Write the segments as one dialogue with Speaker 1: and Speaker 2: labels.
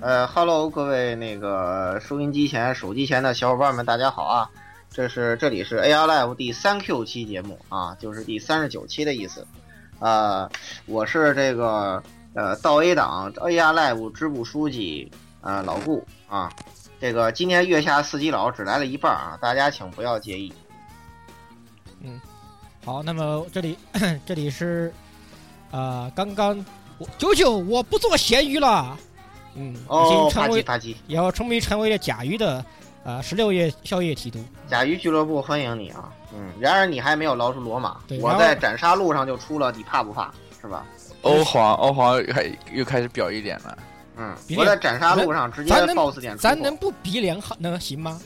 Speaker 1: 呃哈喽，各位那个收音机前、手机前的小伙伴们，大家好啊！这是这里是 AR Live 第三 Q 期节目啊，就是第三十九期的意思。呃，我是这个呃到 A 档 AR Live 支部书记呃老顾啊。这个今天月下四基佬只来了一半啊，大家请不要介意。
Speaker 2: 好，那么这里 这里是，呃，刚刚我九九我不做咸鱼了，嗯，已经
Speaker 1: 哦，
Speaker 2: 成
Speaker 1: 吧唧
Speaker 2: 为
Speaker 1: 吧唧，
Speaker 2: 也要成为成为了甲鱼的呃十六夜宵夜提督，
Speaker 1: 甲鱼俱乐部欢迎你啊！嗯，然而你还没有捞出罗马
Speaker 2: 对，
Speaker 1: 我
Speaker 2: 然后
Speaker 1: 在斩杀路上就出了，你怕不怕？是吧？
Speaker 3: 欧皇，欧皇还又开始表一脸了。
Speaker 1: 嗯，
Speaker 2: 比
Speaker 1: 我
Speaker 2: 利
Speaker 1: 在斩杀路上直接
Speaker 2: 咱能
Speaker 1: BOSS 点出
Speaker 2: 咱
Speaker 1: 口
Speaker 2: 能不鼻梁好能 行吗？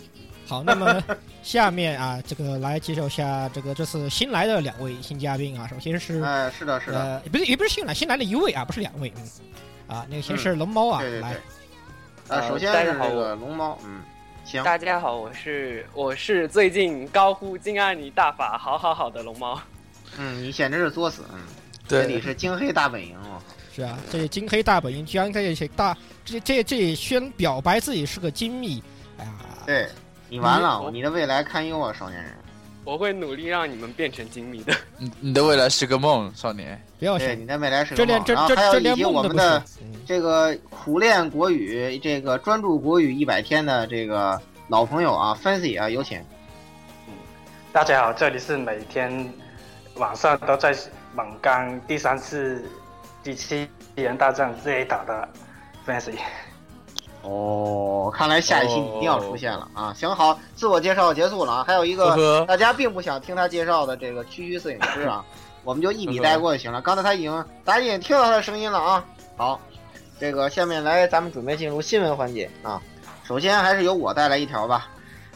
Speaker 2: 好，那么下面啊，这个来介绍一下这个这次新来的两位新嘉宾啊，首先是
Speaker 1: 哎，是的，是的，
Speaker 2: 呃，不是也不是新来，新来了一位啊，不是两位，嗯，啊，那个先是龙猫啊，
Speaker 1: 嗯对对
Speaker 2: 来
Speaker 1: 对。呃，
Speaker 4: 呃
Speaker 1: 首先
Speaker 4: 大
Speaker 1: 是
Speaker 4: 家好
Speaker 1: 这个龙猫，嗯，行，
Speaker 4: 大家好，我是我是最近高呼金阿尼大法好好好的龙猫，
Speaker 1: 嗯，你简直是作死，嗯，这里
Speaker 3: 对，
Speaker 1: 是金黑大本营，我靠
Speaker 2: 是啊，这金黑大本营居然在这些大这这这宣表白自己是个精密，哎呀，
Speaker 1: 对你完了，
Speaker 4: 嗯
Speaker 1: 你的未来堪忧啊，少年人，
Speaker 4: 我会努力让你们变成精密的。
Speaker 3: 你你的未来是个梦，少年。
Speaker 2: 不要
Speaker 1: 对，
Speaker 2: 想，
Speaker 1: 你的未来是
Speaker 2: 这
Speaker 1: 个
Speaker 2: 连
Speaker 1: 梦，
Speaker 2: 这
Speaker 1: 然后
Speaker 2: 这
Speaker 1: 还有
Speaker 2: 这
Speaker 1: 以
Speaker 2: 连
Speaker 1: 及
Speaker 2: 梦
Speaker 1: 我
Speaker 2: 都
Speaker 1: 们
Speaker 2: 不是
Speaker 1: 的。
Speaker 2: 嗯
Speaker 1: 这个苦练国语，这个专注国语一百天的这个老朋友啊，Fancy 啊，有请，
Speaker 5: 大家好，这里是每天晚上都在猛干第三次机器人大战 Z 打的 Fancy。
Speaker 1: 哦，看来下一期你一定要出现了啊，行好，自我介绍结束了啊，还有一个
Speaker 3: 呵呵，
Speaker 1: 大家并不想听他介绍的这个区区摄影师啊，我们就一笔带过就行了。刚才他已经，大家已经听到他的声音了啊。好，这个下面来，咱们准备进入新闻环节啊。首先还是由我带来一条吧。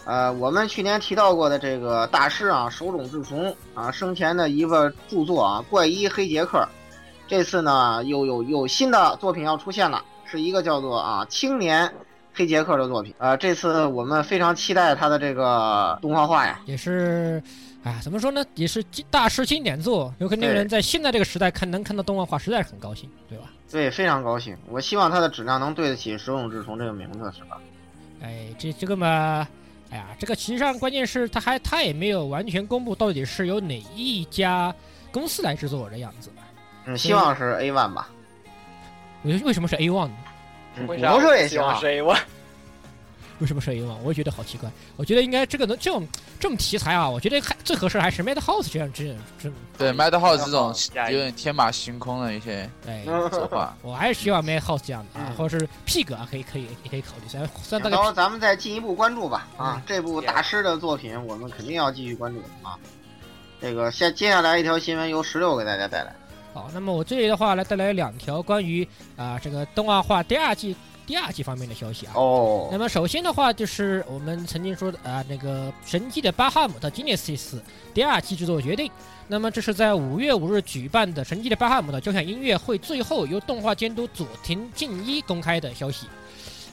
Speaker 1: 呃，我们去年提到过的这个大师啊，手冢治虫啊，生前的一个著作啊，《怪医黑杰克》，这次呢又有有新的作品要出现了，是一个叫做啊青年黑杰克的作品。呃，这次我们非常期待他的这个动画化呀。
Speaker 2: 也是，啊，怎么说呢，也是经大师经典作，有很多人在现在这个时代看能看到动画化，实在是很高兴，对吧？
Speaker 1: 对，非常高兴。我希望它的质量能对得起“手冢治虫”这个名字，是吧？
Speaker 2: 哎，这这个嘛，哎呀，这个其实上关键是他还他也没有完全公布到底是由哪一家公司来制作的样子，
Speaker 1: 嗯，希望是 A one 吧。
Speaker 2: 为为什么是 A one 呢？
Speaker 1: 嗯，
Speaker 4: 为
Speaker 1: 魔
Speaker 4: 啥
Speaker 1: 兽也
Speaker 4: 希
Speaker 1: 行
Speaker 4: 望
Speaker 1: 啊。
Speaker 4: 是 A 1
Speaker 2: 为什么是 A 网？我也觉得好奇怪。我觉得应该这个能这种这种题材啊，我觉得还最合适还是 Madhouse 这样这种这种
Speaker 3: 对啊 m a d h o u s 这种
Speaker 4: 下一
Speaker 3: 有点天马行空的一些
Speaker 2: 哎，
Speaker 5: 嗯
Speaker 3: 手 法。
Speaker 2: 我还是希望 Madhouse 这样的啊
Speaker 1: 嗯，
Speaker 2: 或者是 Pig 啊，可以可以也可以考虑。虽然虽然
Speaker 1: 到
Speaker 2: 大
Speaker 1: 时候
Speaker 2: 概
Speaker 1: 咱们再进一步关注吧。啊
Speaker 2: 嗯，
Speaker 1: 这部大师的作品我们肯定要继续关注的啊。这个下接下来一条新闻由十六给大家带来。
Speaker 2: 好，那么我这里的话来带来两条关于啊、这个动画化第二季第二季方面的消息啊。
Speaker 1: 哦
Speaker 2: 那，么首先的话，就是我们曾经说的啊、那个《神机的巴哈姆特 Genesis》第二季制作决定。那么这是在五月五日举办的《神机的巴哈姆特》交响音乐会最后由动画监督佐藤进一公开的消息。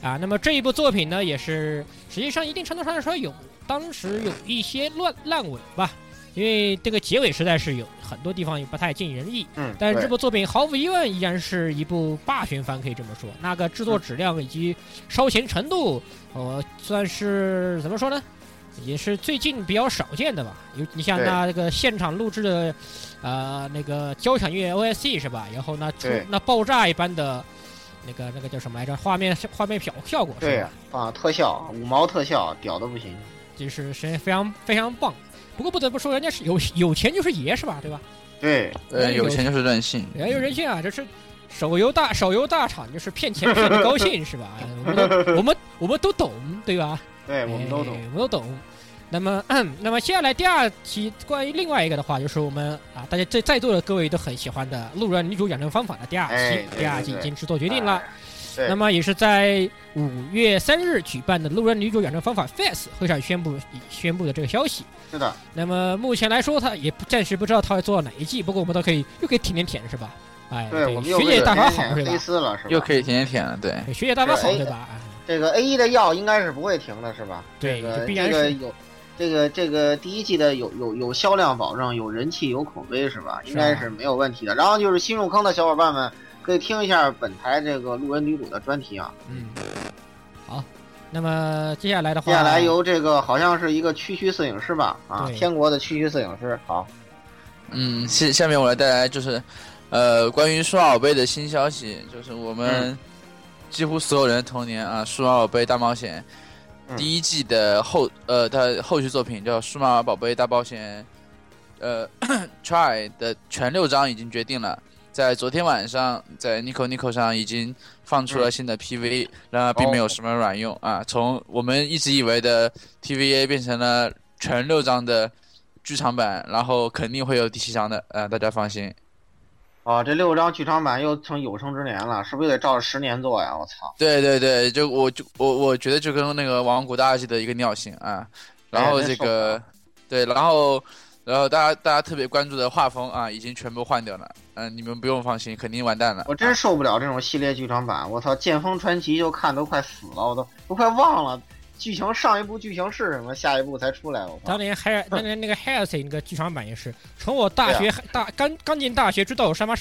Speaker 2: 啊，那么这一部作品呢，也是实际上一定程度上来说有当时有一些乱烂尾吧，因为这个结尾实在是有很多地方也不太尽人意。
Speaker 1: 嗯，
Speaker 2: 但是这
Speaker 1: 对
Speaker 2: 部作品毫无疑问依然是一部霸权番，可以这么说。那个制作质量以及烧钱程度，呃，算是怎么说呢？也是最近比较少见的吧。有你像
Speaker 1: 对
Speaker 2: 那个现场录制的，呃，那个交响乐 OST 是吧？然后呢，出
Speaker 1: 对
Speaker 2: 那爆炸一般的，那个那个叫什么来着？画面画面效效果是
Speaker 1: 对
Speaker 2: 吧？
Speaker 1: 啊，特效五毛特效屌的不行。
Speaker 2: 就是实在非常非常棒。不过不得不说，人家是有有钱就是爷是吧？对吧？
Speaker 1: 对，
Speaker 2: 哎
Speaker 3: 呃，
Speaker 2: 有
Speaker 3: 有钱就是任 性。
Speaker 2: 人有人性啊，就是手游大手游大厂，就是骗钱骗的高兴是吧？哎我们都我们我们都懂，对吧？
Speaker 1: 对，我们都
Speaker 2: 哎
Speaker 1: 懂。
Speaker 2: 我们都懂。那么， 那么接下来第二期关于另外一个的话，就是我们啊，大家在在座的各位都很喜欢的《路人女主养成方法》的第二期，
Speaker 1: 哎对
Speaker 2: 第二季
Speaker 1: 对
Speaker 2: 已
Speaker 1: 对
Speaker 2: 经制作决定了。
Speaker 1: 对
Speaker 2: 那么也是在五月三日举办的《路人女主养成方法 FACE》会上宣布宣布的这个消息。
Speaker 1: 是的，
Speaker 2: 那么目前来说，他也不暂时不知道他会做到哪一季，不过我们都可以又可以舔舔舔，是吧？哎，
Speaker 1: 对我们又
Speaker 2: 学姐大法好是
Speaker 1: 是黑
Speaker 2: 吧？哎
Speaker 1: 丝了，是吧？
Speaker 3: 又可以舔一舔了，对，
Speaker 2: 学姐大法好
Speaker 1: 是
Speaker 2: 对吧？哎
Speaker 1: 这个 A 一的药应该是不会停的，是吧？
Speaker 2: 对，
Speaker 1: 这
Speaker 2: 这
Speaker 1: 个
Speaker 2: 必然
Speaker 1: 这个
Speaker 2: 是
Speaker 1: 有这个这个第一季的有有有
Speaker 2: 啊
Speaker 1: 销量保证，有人气，有口碑是吧？应该是没有问题的。然后就是新入坑的小伙伴们，可以听一下本台这个路人女主的专题啊。
Speaker 2: 嗯，好，那么接下来的话，
Speaker 1: 接下来由这个好像是一个区区摄影师吧，啊，
Speaker 2: 哦对
Speaker 1: 天国的区区摄影师，好，
Speaker 3: 嗯，下下面我来带来就是，呃，关于数码宝贝的新消息，就是我们几乎所有人的童年啊，《数码宝贝大冒险》
Speaker 1: 嗯
Speaker 3: 第一季的后呃，它后续作品叫《数码宝贝大冒险》，呃 ，Try 的全六章已经决定了。在昨天晚上，在 Nico Nico 上已经放出了新的 PV，、然而并没有什么卵用啊！从我们一直以为的 TVA 变成了全六章的剧场版，然后肯定会有第七章的，呃，大家放心。
Speaker 1: 啊，这六张剧场版又成有生之年了，是不是得照着十年做呀？我操！
Speaker 3: 对对对，就我就我我觉得就跟那个《王国大戏》的一个尿性啊，然后
Speaker 1: 哎那
Speaker 3: 这
Speaker 1: 受不
Speaker 3: 个，对，然后然后大家大家特别关注的画风啊，已经全部换掉了，嗯、你们不用放心，肯定完蛋了。
Speaker 1: 我真受不了这种系列剧场版，我操！剑锋传奇就看都快死了，我都都快忘了剧情上一部剧情是什么，下一部才出来，我操
Speaker 2: 当！年 海尔，当年那个 Heresy 那个剧场版也是，从我大
Speaker 1: 啊
Speaker 2: 学、大刚刚进大学，直到我上班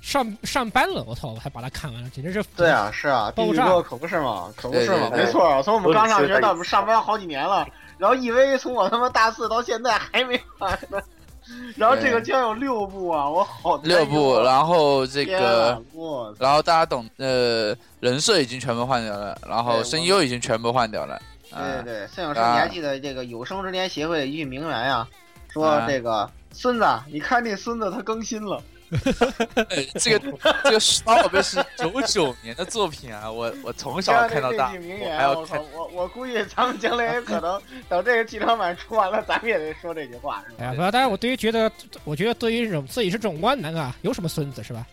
Speaker 2: 上上班了，我操，我还把它看完了，简直是
Speaker 1: 对，啊，是啊，地
Speaker 2: 爆
Speaker 1: 狱
Speaker 2: 炸
Speaker 1: 哥可不是嘛，可不是嘛，
Speaker 3: 对对对
Speaker 1: 没错。啊从我们刚上
Speaker 5: 我只
Speaker 1: 学
Speaker 5: 是
Speaker 1: 到我们上班好几年了，然后 EVA 从我他妈大四到现在还没完呢，然后这个竟然有六部啊，我好担忧啊
Speaker 3: 六部，然后这
Speaker 1: 天
Speaker 3: 个
Speaker 1: 啊，我
Speaker 3: 然后大家懂，呃，人设已经全部换掉了，然后
Speaker 1: 对
Speaker 3: 声
Speaker 1: 我
Speaker 3: 优已经全部换掉了，
Speaker 1: 对对
Speaker 3: 啊，
Speaker 1: 对，摄影师，
Speaker 3: 啊
Speaker 1: 你还记得这个有生之年协会的一句名言啊？说
Speaker 3: 啊
Speaker 1: 这个孙子，啊你看那孙子他更新了，
Speaker 3: 呃 这个这个《数码宝贝》是九九年的作品啊，我我从
Speaker 1: 这样
Speaker 3: 小
Speaker 1: 的
Speaker 3: 看到
Speaker 1: 这
Speaker 3: 大，
Speaker 1: 句名
Speaker 3: 我还
Speaker 1: 言，
Speaker 3: 要
Speaker 1: 我
Speaker 3: 看
Speaker 1: 靠，我我估计咱们将来也可 能等这个剧场版出完了，咱们也得说这句话，是吧？
Speaker 2: 哎呀，不要，当然我对于觉得，我觉得对于这种自己是这种弯男啊，有什么孙子是吧？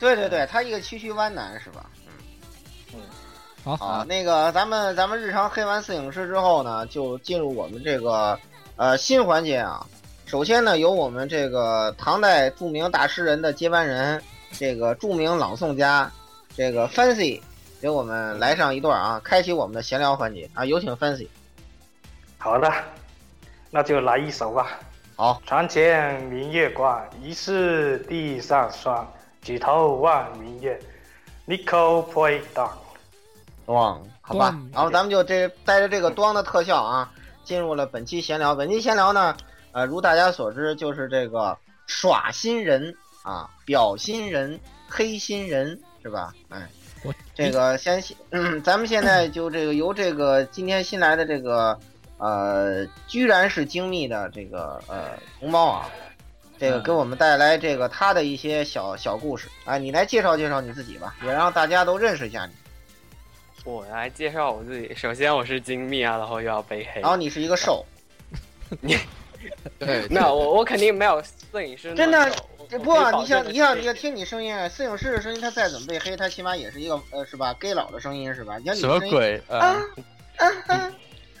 Speaker 1: 对对对，他一个区区湾男是吧？
Speaker 2: 好，
Speaker 1: 好，那个咱们咱们日常黑完摄影师之后呢，就进入我们这个呃新环节啊。首先呢，由我们这个唐代著名大诗人的接班人，这个著名朗诵家，这个 Fancy 给我们来上一段啊，开启我们的闲聊环节啊，有请 Fancy。
Speaker 5: 好的，那就来一首吧。
Speaker 1: 好，
Speaker 5: 床前明月光，疑是地上霜。举头望明月，Nico play down。
Speaker 1: 咣，好吧
Speaker 2: 咣，
Speaker 1: 然后咱们就这带着这个咣的特效啊，进入了本期闲聊。本期闲聊呢，呃，如大家所知，就是这个耍新人啊，表新人、黑新人是吧？哎
Speaker 2: 我，
Speaker 1: 这个先，嗯，咱们现在就这个由这个今天新来的这个呃，居然是精密的这个呃红猫啊。这个
Speaker 3: 嗯
Speaker 1: 给我们带来这个他的一些小小故事啊，你来介绍介绍你自己吧，也让大家都认识一下你。
Speaker 4: 我来介绍我自己，首先我是精密啊，然后又要背黑
Speaker 1: 然。后你是一个瘦，
Speaker 3: 对，
Speaker 4: 没有，我我肯定没有摄影师
Speaker 1: 真的
Speaker 4: 那么瘦。我
Speaker 1: 这
Speaker 4: 我
Speaker 1: 不
Speaker 4: 可以
Speaker 1: 啊，
Speaker 4: 保
Speaker 1: 你像
Speaker 4: 证
Speaker 1: 你像
Speaker 4: 这
Speaker 1: 你
Speaker 4: 一
Speaker 1: 要听你声音啊，摄影师的声音，他再怎么被黑，他起码也是一个呃，是吧？gay 佬的声音是吧？你像你
Speaker 3: 什么
Speaker 1: 声音
Speaker 3: 鬼啊？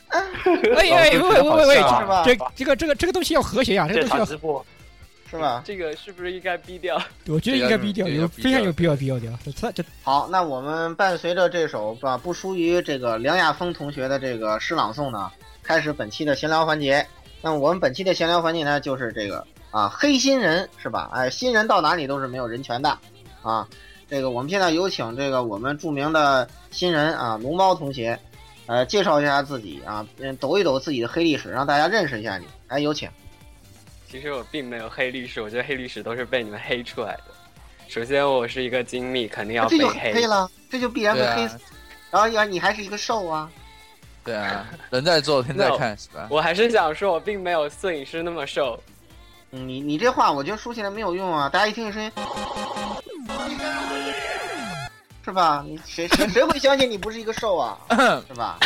Speaker 2: 哎哎，喂喂喂喂，
Speaker 1: 是吧？
Speaker 2: 这这个这个这个东西要和谐啊呀，这个东
Speaker 5: 这
Speaker 2: 西
Speaker 5: 场
Speaker 2: 要，
Speaker 5: 直播，
Speaker 1: 是吧？
Speaker 4: 这个是不是应该逼掉？
Speaker 2: 我觉得应该逼掉，
Speaker 3: 这个
Speaker 2: 有
Speaker 3: 这个
Speaker 2: 非常有必要逼掉掉，这这
Speaker 1: 好，那我们伴随着这首吧不输于这个梁亚峰同学的这个诗朗诵呢，开始本期的闲聊环节。那我们本期的闲聊环节呢，就是这个啊黑新人是吧？ 哎，新人到哪里都是没有人权的啊。这个我们现在有请这个我们著名的新人啊龙猫同学，呃，介绍一下自己啊，嗯，抖一抖自己的黑历史，让大家认识一下你。哎，有请。
Speaker 4: 其实我并没有黑历史，我觉得黑历史都是被你们黑出来的。首先，我是一个精密，肯定要
Speaker 1: 这
Speaker 4: 被
Speaker 1: 就很黑了，这就必然会
Speaker 3: 对啊
Speaker 1: 黑。然后要哎你还是一个瘦啊，
Speaker 3: 对啊，人在做，天在看，是吧？
Speaker 4: 我还是想说，我并没有摄影师那么瘦。
Speaker 1: 嗯你你这话我觉得说起来没有用啊，大家一听这声音，是吧？你谁谁谁会相信你不是一个瘦啊？
Speaker 3: 哎
Speaker 1: 是吧？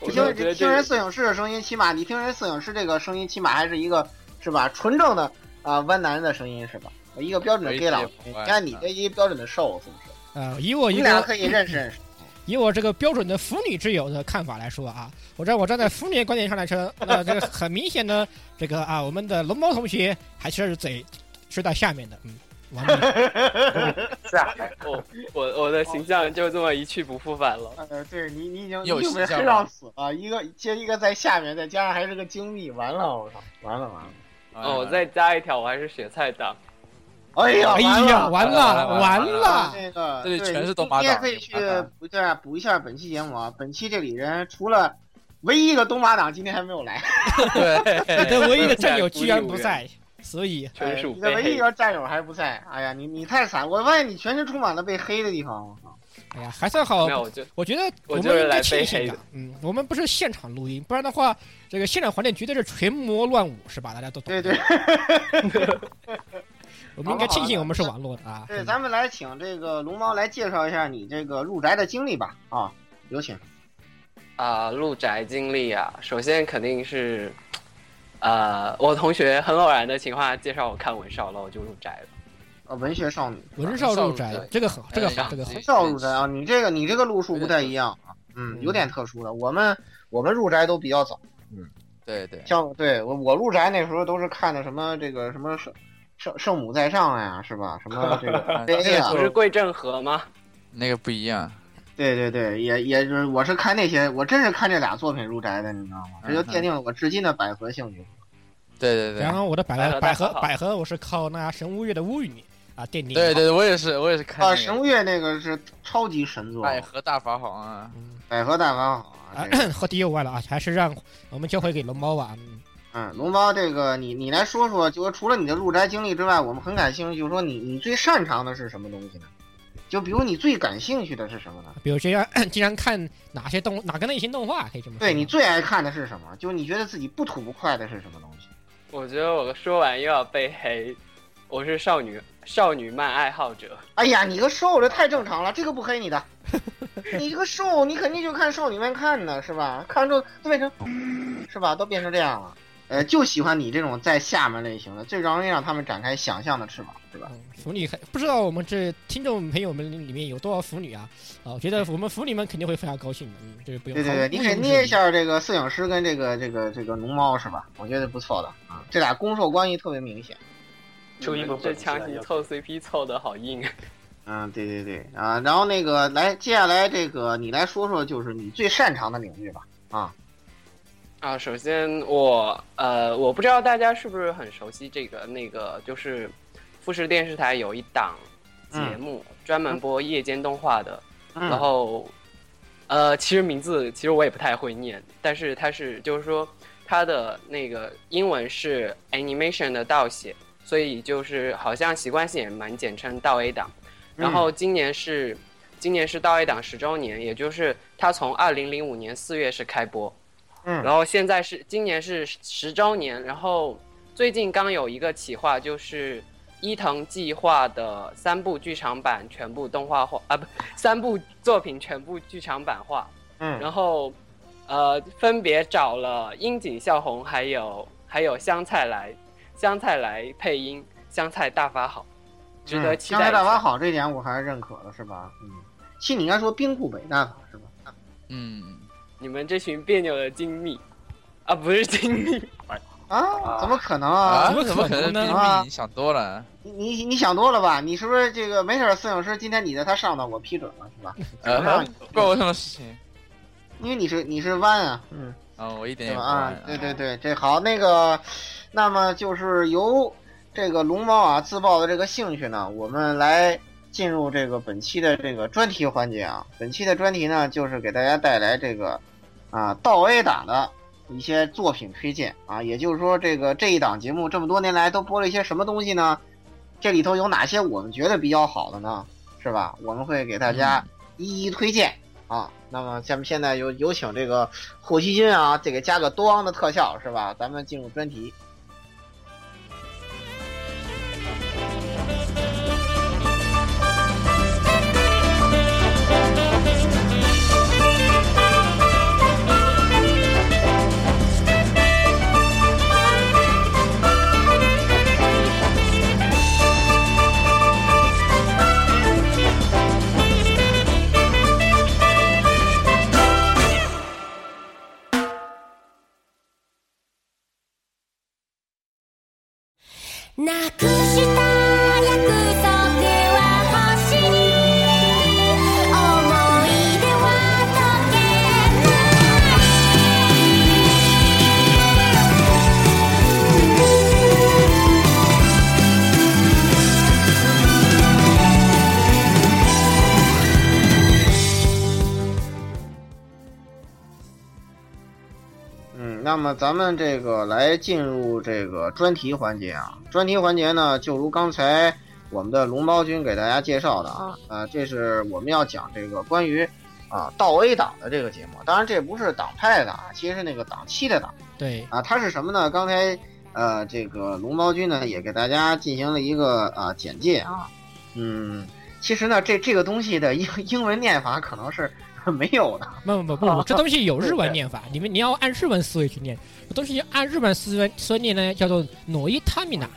Speaker 4: 我
Speaker 1: 你听
Speaker 4: 觉得
Speaker 1: 你
Speaker 4: 这
Speaker 1: 听人
Speaker 4: 个
Speaker 1: 摄影师的声音，起码你听人摄影师这个声音，起码还是一个是吧纯正的啊湾、男人的声音是吧？一个标准的 gay 佬，你看你这一标准的瘦是不是？
Speaker 2: 呃，以我
Speaker 1: 你
Speaker 2: 一
Speaker 1: 俩
Speaker 2: 个
Speaker 1: 可以认识 认识。
Speaker 2: 以我这个标准的腐女之友的看法来说啊，我站我站在腐女的观点上来说，那这个很明显呢，这个啊，我们的龙猫同学还是嘴是在下面的，嗯，完了，
Speaker 5: 是啊，
Speaker 4: 我哦我我的形
Speaker 1: 哦
Speaker 4: 象就这么一去不复返了。
Speaker 1: 呃，对你你已经你
Speaker 3: 有
Speaker 1: 已经被
Speaker 3: 形象
Speaker 1: 黑
Speaker 3: 吗
Speaker 1: 到死了，一个接一个在下面，再加上还是个精密，完了我操，完了完了。
Speaker 5: 哎
Speaker 4: 哦，我再加一条，我还是雪菜党。
Speaker 1: 啊、哎呀，
Speaker 2: 哎
Speaker 1: 完
Speaker 2: 呀，
Speaker 1: 了
Speaker 2: 完了，完
Speaker 4: 完
Speaker 2: 了！
Speaker 1: 那啊个
Speaker 3: 这里
Speaker 1: 对
Speaker 3: 全是
Speaker 1: 你
Speaker 3: 懂马
Speaker 1: 你也
Speaker 3: 党
Speaker 1: 可以
Speaker 3: 懂
Speaker 1: 去
Speaker 3: 马党
Speaker 1: 不对啊，补一下本期节目啊。本期这里人除了唯一一个东马党今天还没有来，
Speaker 2: 你
Speaker 4: 对，
Speaker 2: 的唯一 的战友居然不在，所以
Speaker 4: 纯属
Speaker 1: 哎你的
Speaker 4: 被
Speaker 1: 唯一一
Speaker 4: 黑。
Speaker 1: 个战友还不在。哎呀，你你太惨！我发现你全身充满了被黑的地方。啊我靠，
Speaker 2: 哎呀，还算好
Speaker 4: 没。有，我就
Speaker 2: 我觉得我
Speaker 4: 我
Speaker 2: 们
Speaker 4: 就是
Speaker 2: 应该
Speaker 4: 来
Speaker 2: 庆
Speaker 4: 被
Speaker 2: 幸
Speaker 4: 黑
Speaker 2: 的
Speaker 4: 的，
Speaker 2: 嗯，我们不是现场录音，不然的话，这个现场环境绝对是群魔乱舞，是吧？大家都懂。
Speaker 1: 对对，
Speaker 2: 我们应该庆幸我们是网络的啊。
Speaker 1: 对，
Speaker 2: 嗯
Speaker 1: 咱们来请这个龙猫来介绍一下你这个入宅的经历吧。啊，有请。
Speaker 4: 啊，入宅经历啊，首先肯定是，呃，我同学很偶然的情况下介绍我看文少了，我就入宅了。
Speaker 1: 呃，文学少女，
Speaker 2: 文少入宅
Speaker 3: 文少入宅，
Speaker 2: 这个好，这个好，
Speaker 3: 哎
Speaker 2: 这个好。
Speaker 1: 文少入宅啊，你这个你这个路数不太一样啊，嗯，有点特殊的。我们我们入宅都比较早。
Speaker 3: 对对，
Speaker 1: 像对我我入宅那时候都是看的什么这个什么圣圣圣母在上呀，是吧？什 么这个对对哎呀
Speaker 4: 不，是桂正和吗？
Speaker 3: 那个不一样，
Speaker 1: 对对对，也也就是我是看那些，我真是看这俩作品入宅的，你知道吗？这就
Speaker 3: 嗯
Speaker 1: 奠定了我至今的百合兴趣。
Speaker 3: 对对对
Speaker 2: 然，后我的百
Speaker 4: 百
Speaker 2: 合
Speaker 4: 合
Speaker 2: 百
Speaker 4: 大
Speaker 2: 合
Speaker 4: 法好
Speaker 2: 百合，我是靠那神无月的无语啊奠定的。
Speaker 3: 对对对，我也是，我也是看
Speaker 1: 啊，
Speaker 3: 那
Speaker 1: 神
Speaker 3: 个
Speaker 1: 无月那个是超级神作，
Speaker 3: 百合大法好啊，
Speaker 2: 嗯，
Speaker 1: 百合大法好啊。 这个
Speaker 2: 啊，和 DUI 了啊，还是让我们交回给龙猫吧。嗯
Speaker 1: 嗯，龙猫，这个你你来说说，就是除了你的入宅经历之外，我们很感兴趣，就是说你你最擅长的是什么东西呢？就比如你最感兴趣的是什么呢？
Speaker 2: 比如经常经常看哪些动哪个类型动画，可以这么说。
Speaker 1: 对你最爱看的是什么？就你觉得自己不吐不快的是什么东西？
Speaker 4: 我觉得我说完又要被黑，我是少女少女漫爱好者。
Speaker 1: 哎呀，你个瘦这太正常了，这个不黑你的。你这个瘦，你肯定就看少女漫看呢，是吧？看完之后都变成，是吧？都变成这样了。呃，就喜欢你这种在下面类型的，最容易让他们展开想象的翅膀，是吧？
Speaker 2: 嗯，腐女还不知道我们这听众朋友们里面有多少腐女啊？啊，我觉得我们腐女们肯定会非常高兴的。嗯，这个不用。
Speaker 1: 对对对，
Speaker 2: 毫无
Speaker 1: 你可以
Speaker 2: 毫无
Speaker 1: 捏一
Speaker 2: 质疑。
Speaker 1: 下这个摄影师跟这个这个这个龙猫，是吧？我觉得不错的啊，这俩攻受关系特别明显。
Speaker 5: 出一
Speaker 4: 你
Speaker 5: 部
Speaker 4: 们这
Speaker 5: 本子
Speaker 4: 强
Speaker 5: 来
Speaker 4: 行
Speaker 5: 要
Speaker 4: 凑 CP 凑的好硬。啊
Speaker 1: 嗯，对对对啊，然后那个来，接下来这个你来说说，就是你最擅长的领域吧？啊，
Speaker 4: 啊，首先我呃，我不知道大家是不是很熟悉这个那个，就是富士电视台有一档节目、专门播夜间动画的，然
Speaker 1: 嗯
Speaker 4: 后呃，其实名字其实我也不太会念，但是它是就是说它的那个英文是 animation 的倒写，所以就是好像习惯性也蛮简称倒 A 档。然后今年是、今年是倒 A 档十周年，也就是它从二零零五年四月是开播。
Speaker 1: 嗯
Speaker 4: 然后现在是今年是十周年，然后最近刚有一个企划，就是伊藤计划的三部剧场版全部动画化啊，不，三部作品全部剧场版化。
Speaker 1: 嗯
Speaker 4: 然后，呃，分别找了樱井孝宏，还有还有香菜来，香菜来配音，香菜大发好，值得
Speaker 1: 嗯、
Speaker 4: 期
Speaker 1: 香
Speaker 4: 待一
Speaker 1: 菜大
Speaker 4: 下。
Speaker 1: 法好这一点我还是认可的，是吧？嗯，其实你应该说冰库北大法是吧？
Speaker 3: 嗯，
Speaker 4: 你们这群别扭的精密，啊，不是精密，
Speaker 1: 啊，
Speaker 5: 啊
Speaker 1: 怎么可能
Speaker 3: 啊，
Speaker 1: 啊？
Speaker 2: 怎么
Speaker 3: 怎么
Speaker 2: 可
Speaker 3: 可能
Speaker 2: 能呢
Speaker 3: 冰
Speaker 1: 啊
Speaker 3: 冰？你想多了，
Speaker 1: 你你你想多了吧？你是不是这个没事儿？摄影师今天你的他上的我批准了是吧？
Speaker 3: 呃，关我什么事情？
Speaker 1: 因为你是你是弯啊，嗯，
Speaker 3: 啊，我一点
Speaker 1: 对
Speaker 3: 也
Speaker 1: 吧？
Speaker 3: 不
Speaker 1: 啊
Speaker 3: 玩，
Speaker 1: 对对，对，这好那个，那么就是由这个龙猫啊自曝的这个兴趣呢，我们来进入这个本期的这个专题环节啊。本期的专题呢，就是给大家带来这个啊倒 A 档的一些作品推荐啊，也就是说，这个这一档节目这么多年来都播了一些什么东西呢？这里头有哪些我们觉得比较好的呢？是吧？我们会给大家一一推荐、啊。那么咱们现在有有请这个霍希金啊，这个加个多昂的特效是吧？咱们进入专题。
Speaker 6: なくした約束は星に思い出は溶けない「
Speaker 1: 嗯那么咱们这个来进入这个专题环节啊。专题环节呢，就如刚才我们的龙猫君给大家介绍的啊，呃，这是我们要讲这个关于啊倒 A 党的这个节目。当然，这不是党派的，啊，其实是那个党期的党
Speaker 2: 对，
Speaker 1: 啊。它是什么呢？刚才呃，这个龙猫君呢也给大家进行了一个啊简介啊。嗯，其实呢，这这个东西的英英文念法可能是没有的。
Speaker 2: 不不不不，这东西有日文念法，你们你要按日文思维去念，这东西按日文思维思维念呢，叫做挪伊塔米娜。嗯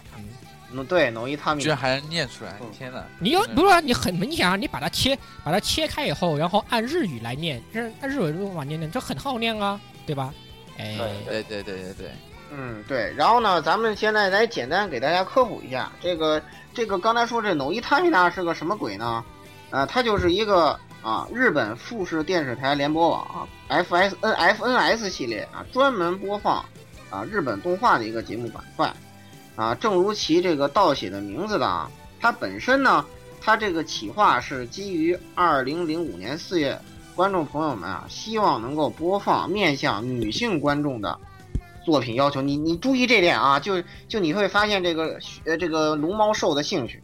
Speaker 1: 嗯，对，农一他们
Speaker 3: 居然还能念出来
Speaker 1: 嗯，
Speaker 3: 天哪！
Speaker 2: 你要
Speaker 3: 嗯
Speaker 2: 不是啊你很明显啊，你把它切把它切开以后，然后按日语来念，日按日文用法念念，这很好念啊，对吧？哎，
Speaker 3: 对对对对对，
Speaker 1: 嗯，对。然后呢，咱们现在来简单给大家科普一下，这个这个刚才说这 “no i t a m i n a 是个什么鬼呢？呃，它就是一个啊日本富士电视台联播网啊 FSN FNS 系列啊，专门播放啊日本动画的一个节目板块啊。正如其这个倒写的名字的啊，它本身呢，它这个企划是基于二零零五年四月。观众朋友们啊，希望能够播放面向女性观众的作品要求，你你注意这点啊，就就你会发现这个呃这个龙猫兽的兴趣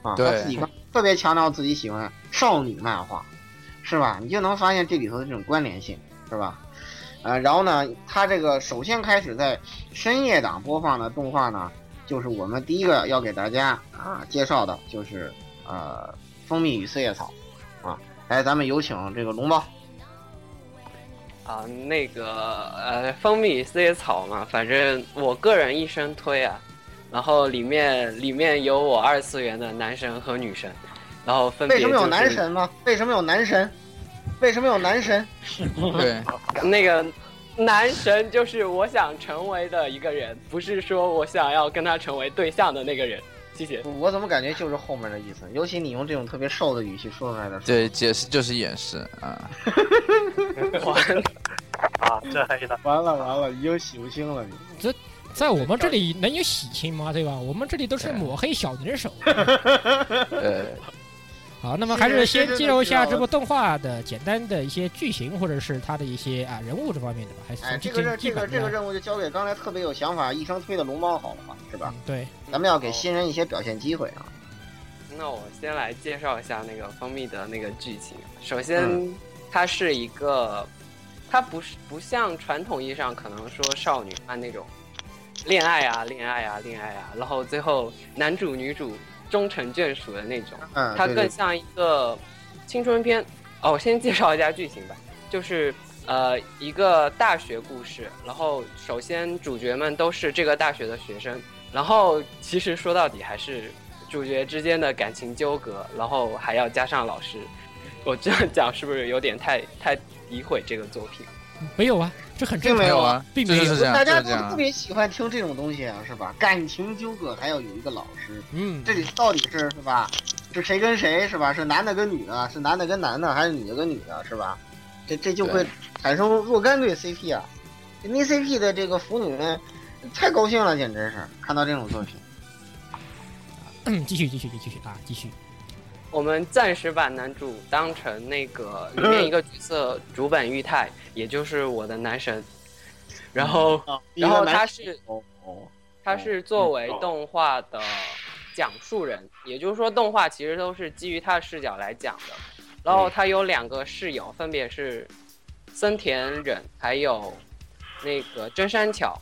Speaker 1: 啊，他
Speaker 3: 对
Speaker 1: 自己刚特别强调自己喜欢少女漫画，是吧？你就能发现这里头的这种关联性，是吧？呃，然后呢，他这个首先开始在深夜档播放的动画呢，就是我们第一个要给大家啊介绍的，就是呃《蜂蜜与四叶草》啊，来，咱们有请这个龙猫。
Speaker 4: 啊，那个呃，蜂蜜四叶草嘛，反正我个人一生推啊，然后里面里面有我二次元的男神和女神，然后分别、
Speaker 1: 为
Speaker 4: 就是、
Speaker 1: 什么有男神吗？为什么有男神？为什么有男神？嗯
Speaker 3: 对，
Speaker 4: 那个男神就是我想成为的一个人，不是说我想要跟他成为对象的那个人。谢谢。
Speaker 1: 我怎么感觉就是后面的意思？尤其你用这种特别瘦的语气说出来的时候，
Speaker 3: 对，解释就是掩饰啊，
Speaker 5: 啊，这黑的，
Speaker 1: 完了完了，已经洗不清了你。
Speaker 2: 在我们这里能有喜庆吗？对吧？我们这里都是
Speaker 1: 啊
Speaker 2: 抹黑小 能手。
Speaker 3: 呃，
Speaker 2: 好，那么还是先介绍一下这部动画的简单的一些剧情，或者是它的一些啊人物这方面的吧，还是
Speaker 1: 哎，这
Speaker 2: 从剧
Speaker 1: 个
Speaker 2: 情
Speaker 1: 任
Speaker 2: 基
Speaker 1: 这个
Speaker 2: 本啊
Speaker 1: 这个
Speaker 2: 上。
Speaker 1: 任务就交给刚才特别有想法一生推的龙猫好了嘛，是吧？
Speaker 2: 嗯对，
Speaker 1: 咱们要给新人一些表现机会啊。
Speaker 4: 那我先来介绍一下那个蜂蜜的那个剧情。首先，
Speaker 1: 嗯
Speaker 4: 它是一个，它不是不像传统意义上可能说少女漫那种恋爱啊、恋爱啊、恋爱啊，然后最后男主女主终成眷属的那种。
Speaker 1: 嗯，
Speaker 4: 它
Speaker 1: 对
Speaker 4: 更像一个青春片。哦，我先介绍一下剧情吧，就是呃一个大学故事，然后首先主角们都是这个大学的学生，然后其实说到底还是主角之间的感情纠葛，然后还要加上老师。我这样讲是不是有点太太诋毁这个作品？
Speaker 2: 没有啊，这很正
Speaker 1: 并
Speaker 2: 常。
Speaker 1: 没有
Speaker 3: 啊，
Speaker 2: 并
Speaker 3: 这
Speaker 2: 没有
Speaker 3: 就是
Speaker 1: 对
Speaker 3: 这样，
Speaker 1: 大
Speaker 3: 就
Speaker 1: 家
Speaker 3: 是
Speaker 1: 都
Speaker 3: 这样
Speaker 1: 特，别喜欢听这种东西啊，是吧？感情纠葛还要有一个老师，
Speaker 2: 嗯，
Speaker 1: 这里到底是是吧？是谁跟谁是吧？是男的跟女的，是男的跟男的，还是女的跟女的，是吧？这这就会
Speaker 3: 对
Speaker 1: 产生若干对 CP 啊。那 CP 的这个腐女们太高兴了，简直是看到这种作品。
Speaker 2: 嗯继续继续继续啊，继续。
Speaker 4: 我们暂时把男主当成那个里面一个角色竹本裕太，也就是我的男神。然后然后他是
Speaker 1: 哦哦，嗯
Speaker 4: 他是作为动画的讲述人，也就是说，动画其实都是基于他的视角来讲的。然
Speaker 1: 嗯
Speaker 4: 后他有两个室友，分别是森田忍还有那个真山巧，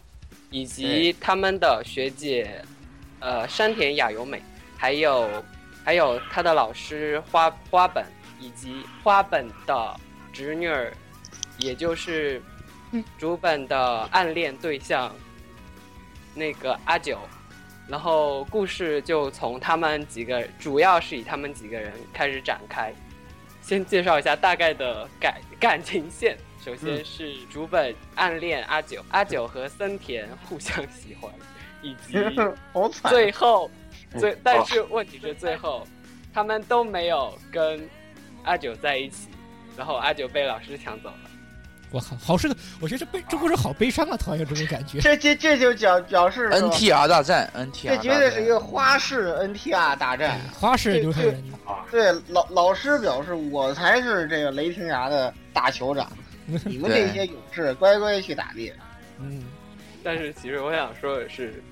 Speaker 4: 以及他们的学姐，呃，山田雅由美，还有还有他的老师花花本，以及花本的侄女儿，也就是竹本的暗恋对象那个阿九，然后故事就从他们几个，主要是以他们几个人开始展开。先介绍一下大概的感感情线，首先是竹本暗恋阿九，阿九和森田互相喜欢，以及
Speaker 1: 好惨。
Speaker 4: 最后
Speaker 5: 嗯
Speaker 4: 最，但是问题是最后他们都没有跟阿九在一起，然后阿九被老师抢走了。
Speaker 2: 我靠，好是个，我觉得这悲这故事好悲伤啊，讨厌这种感觉。
Speaker 1: 这这这就表表示说
Speaker 3: NTR 大战，NTR
Speaker 1: 这
Speaker 3: 大
Speaker 1: 绝对是
Speaker 3: 战
Speaker 1: 一个花式 NTR 大战。
Speaker 2: 哎花式流传人，
Speaker 1: 对，老老师表示我才是这个雷霆崖的大酋长，你们这些勇士乖乖去打猎。
Speaker 2: 嗯，
Speaker 4: 但是其实我想说的是，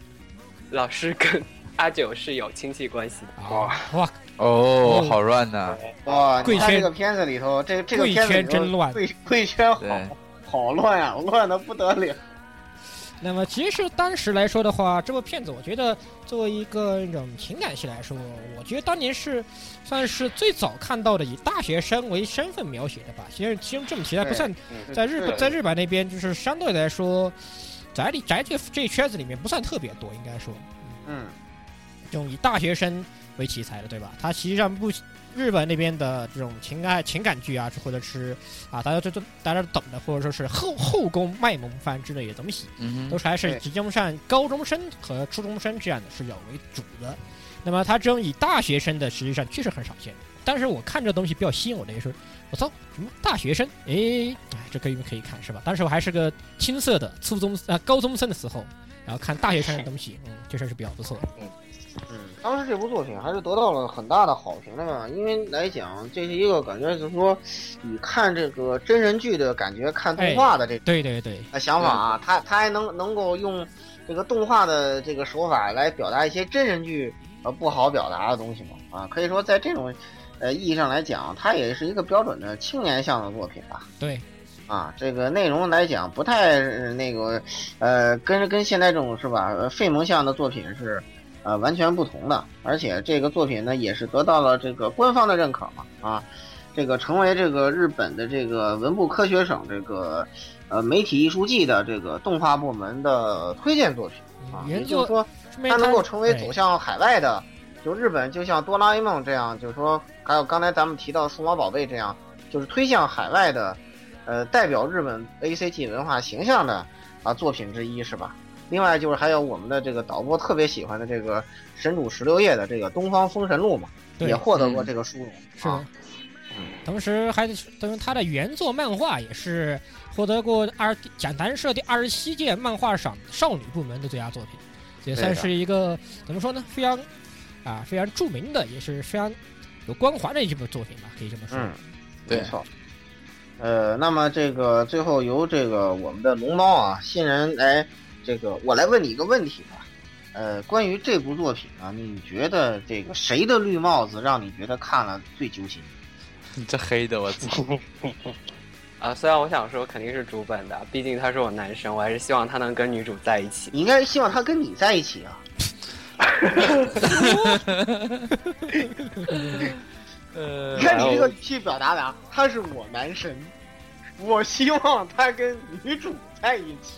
Speaker 4: 老师跟阿九是有亲戚关系的。
Speaker 2: 啊哇，
Speaker 3: 哦
Speaker 2: 嗯，
Speaker 3: 好乱呐、
Speaker 1: 哇，
Speaker 2: 贵
Speaker 1: 哦你看
Speaker 2: 圈
Speaker 1: 这个片子里头，这这个
Speaker 2: 贵
Speaker 1: 片子里
Speaker 2: 圈
Speaker 1: 头
Speaker 2: 真乱
Speaker 1: 贵贵圈好
Speaker 3: 对
Speaker 1: 好乱啊，乱的不得了。
Speaker 2: 那么其实当时来说的话，这部片子我觉得作为一个那种情感戏来说，我觉得当年是算是最早看到的以大学生为身份描写的吧。其实其实这么提来不算，
Speaker 1: 嗯
Speaker 2: 在日本
Speaker 1: 对
Speaker 2: 在日本那边就是相对来说，宅里宅这这圈子里面不算特别多，应该说
Speaker 1: 嗯，
Speaker 2: 这种以大学生为题材的，对吧？它实际上不日本那边的这种情感情感剧啊，或者是啊大家都都大家都懂的，或者说是后后宫卖萌番之类的东西。
Speaker 3: 嗯
Speaker 2: 都
Speaker 3: 哼，
Speaker 2: 是还是
Speaker 1: 对
Speaker 2: 集中上高中生和初中生这样的视角为主的。那么它这种以大学生的，实际上确实很少见。但是我看这东西比较吸引我的就是，我操，什么大学生？诶，哎，这可以可以看是吧？当时我还是个青涩的初中啊、高中生的时候，然后看大学生的东西，嗯，确实是比较不错。
Speaker 1: 嗯，当时这部作品还是得到了很大的好评的嘛，因为来讲这是一个感觉，就是说你看这个真人剧的感觉，看动画的这
Speaker 2: 对对对，
Speaker 1: 个想法
Speaker 2: 嗯
Speaker 1: 啊，他他还能能够用这个动画的这个手法来表达一些真人剧呃不好表达的东西嘛，啊，可以说在这种呃意义上来讲，它也是一个标准的青年向的作品吧。
Speaker 2: 对，
Speaker 1: 啊，这个内容来讲不太呃那个，呃，跟跟现在这种是吧，呃费蒙像的作品是，呃，完全不同的。而且这个作品呢，也是得到了这个官方的认可嘛，啊，这个成为这个日本的这个文部科学省这个，呃，媒体艺术季的这个动画部门的推荐作品啊
Speaker 2: 嗯，
Speaker 1: 也
Speaker 2: 原
Speaker 1: 就是
Speaker 2: 作
Speaker 1: 说，
Speaker 2: 说明
Speaker 1: 它能够成为
Speaker 2: 对
Speaker 1: 走向海外的，就日本就像哆啦 A 梦这样，就是说，还有刚才咱们提到数码宝贝这样，就是推向海外的，呃，代表日本 A C G 文化形象的啊作品之一是吧？另外就是还有我们的这个导播特别喜欢的这个神主十六夜的这个《东方封神录》嘛，
Speaker 2: 对嗯
Speaker 1: 也获得过这个殊荣、
Speaker 2: 是
Speaker 1: 啊
Speaker 2: 的。同时还得同时他的原作漫画也是获得过二讲坛社第二十七届漫画赏少女部门的最佳作品，也算是一个怎么说呢，非常啊非常著名的，也是非常有光环的一部作品吧，可以这么说。
Speaker 1: 嗯
Speaker 3: 对
Speaker 1: 没错。呃，那么这个最后由这个我们的龙猫啊新人来，这个我来问你一个问题吧。呃，关于这部作品啊，你觉得这个谁的绿帽子让你觉得看了最揪心？
Speaker 3: 这黑的我操！
Speaker 4: 啊，虽然我想说肯定是主本的，毕竟他是我男神，我还是希望他能跟女主在一起。
Speaker 1: 你应该希望他跟你在一起啊。
Speaker 3: 呃
Speaker 1: 你看你这个语气表达的啊，他是我男神，我希望他跟女主在一起。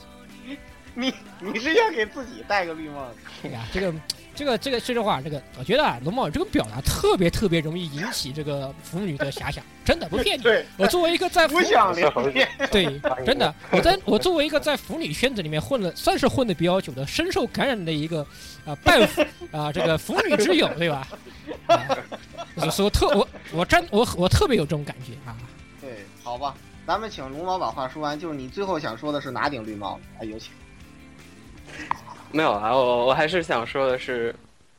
Speaker 1: 你你是要给自己戴个绿帽子？
Speaker 2: 哎呀，这个这个这个说实话，这个我觉得啊，龙猫这个表达特别特别容易引起这个腐女的遐想，真的不骗你。
Speaker 1: 对，
Speaker 2: 我作为一个在腐
Speaker 1: 不想
Speaker 5: 是
Speaker 1: 聊
Speaker 5: 猴子
Speaker 1: 天。
Speaker 2: 对，真的，我在我作为一个在腐女圈子里面混了，算是混的比较久的，深受感染的一个啊、半 腐啊、这个腐女之友，对吧？啊，所所以我特我我真我我特别有这种感觉啊。
Speaker 1: 对，好吧，咱们请龙猫把话说完，就是你最后想说的是哪顶绿帽子？哎，有请。
Speaker 4: 没有啊，我我还是想说的是，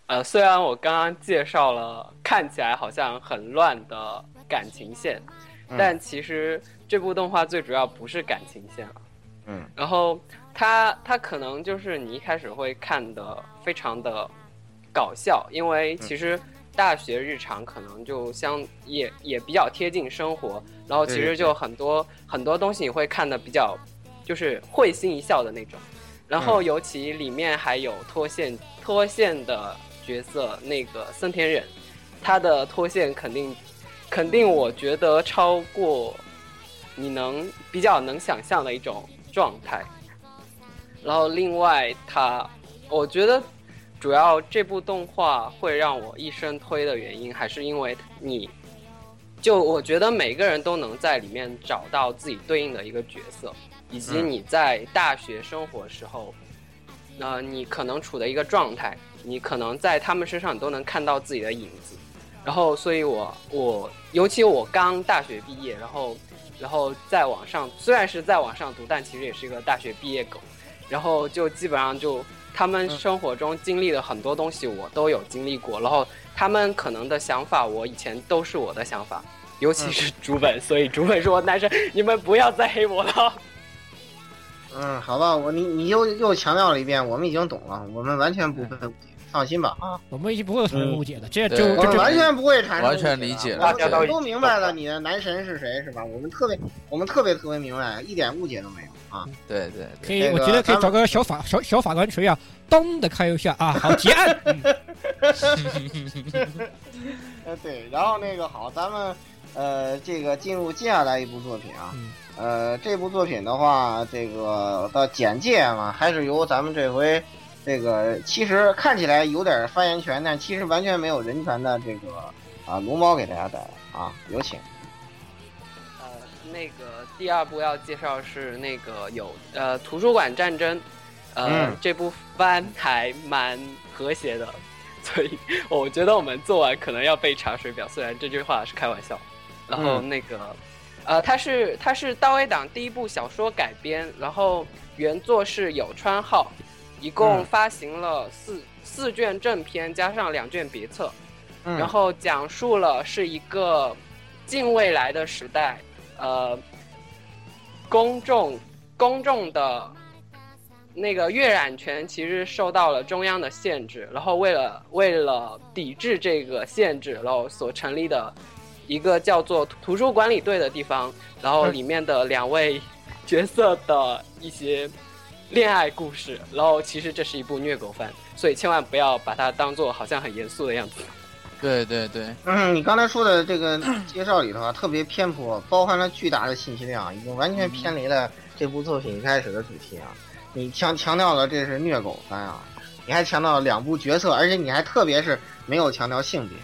Speaker 4: 呃，虽然我刚刚介绍了看起来好像很乱的感情线，但其实这部动画最主要不是感情线啊。
Speaker 1: 嗯。
Speaker 4: 然后它它可能就是你一开始会看的非常的搞笑，因为其实大学日常可能就相也也比较贴近生活，然后其实就很多很多东西你会看的比较就是会心一笑的那种。然后尤其里面还有脱线脱线的角色，那个森田忍，他的脱线肯定肯定，我觉得超过你能比较能想象的一种状态。然后另外他，我觉得主要这部动画会让我一生推的原因，还是因为你。就我觉得每个人都能在里面找到自己对应的一个角色，以及
Speaker 1: 嗯
Speaker 4: 你在大学生活时候，呃，你可能处的一个状态，你可能在他们身上你都能看到自己的影子。然后，所以我我尤其我刚大学毕业，然后然后在网上虽然是在网上读，但其实也是一个大学毕业狗。然后就基本上就他们生活中经历的很多东西我都有经历过，然后他们可能的想法我以前都是我的想法，尤其是竹本，所以竹本是我男神，你们不要再黑我了。
Speaker 1: 嗯，好吧，我你你又又强调了一遍，我们已经懂了，我们完全不会误解，放心吧啊，
Speaker 2: 我们已经不会有什么误解的，这就
Speaker 3: 对
Speaker 1: 我
Speaker 2: 这
Speaker 1: 们
Speaker 2: 就
Speaker 1: 完全不会产生误
Speaker 3: 完
Speaker 1: 解
Speaker 3: 全
Speaker 1: 的
Speaker 3: 理解
Speaker 1: 啊我
Speaker 3: 了
Speaker 1: 们
Speaker 5: 大家都已
Speaker 1: 都
Speaker 5: 经
Speaker 1: 明白
Speaker 5: 懂
Speaker 1: 了
Speaker 5: 了
Speaker 1: 你的男神是谁是吧？我们特别我们特别特别明白，一点误解都没有啊。
Speaker 3: 对对对，
Speaker 2: 可以，
Speaker 1: 这
Speaker 2: 我
Speaker 1: 个
Speaker 2: 觉得可以
Speaker 1: 咱们
Speaker 2: 找个小法小小法官锤啊，咚的开一下啊，好结案。 嗯
Speaker 1: 呃，对，然后那个好，咱们呃，这个进入接下来一部作品啊，
Speaker 2: 嗯
Speaker 1: 呃，这部作品的话，这个的简介嘛，还是由咱们这回这个其实看起来有点发言权，但其实完全没有人权的这个啊龙猫给大家带来啊，有请。
Speaker 4: 呃，那个第二部要介绍是那个有呃图书馆战争，呃、
Speaker 1: 嗯
Speaker 4: 这部番还蛮和谐的， 所以我觉得我们做完可能要被查水表，虽然这句话是开玩笑。然后
Speaker 1: 嗯
Speaker 4: 那个、呃，它是它是大卫党第一部小说改编，然后原作是有川浩，一共
Speaker 1: 嗯
Speaker 4: 发行了四、四卷正篇加上两卷别册，
Speaker 1: 嗯，
Speaker 4: 然后讲述了是一个近未来的时代，呃，公众公众的那个阅览权其实受到了中央的限制，然后为了为了抵制这个限制，然后所成立的一个叫做图图书管理队的地方，然后里面的两位角色的一些恋爱故事，然后其实这是一部虐狗番，所以千万不要把它当做好像很严肃的样子。
Speaker 3: 对对对，
Speaker 1: 嗯，你刚才说的这个介绍里头啊，特别偏颇，包含了巨大的信息量，已经完全偏离了这部作品一开始的主题啊。你强强调了这是虐狗番啊，你还强调了两部角色，而且你还特别是没有强调性别。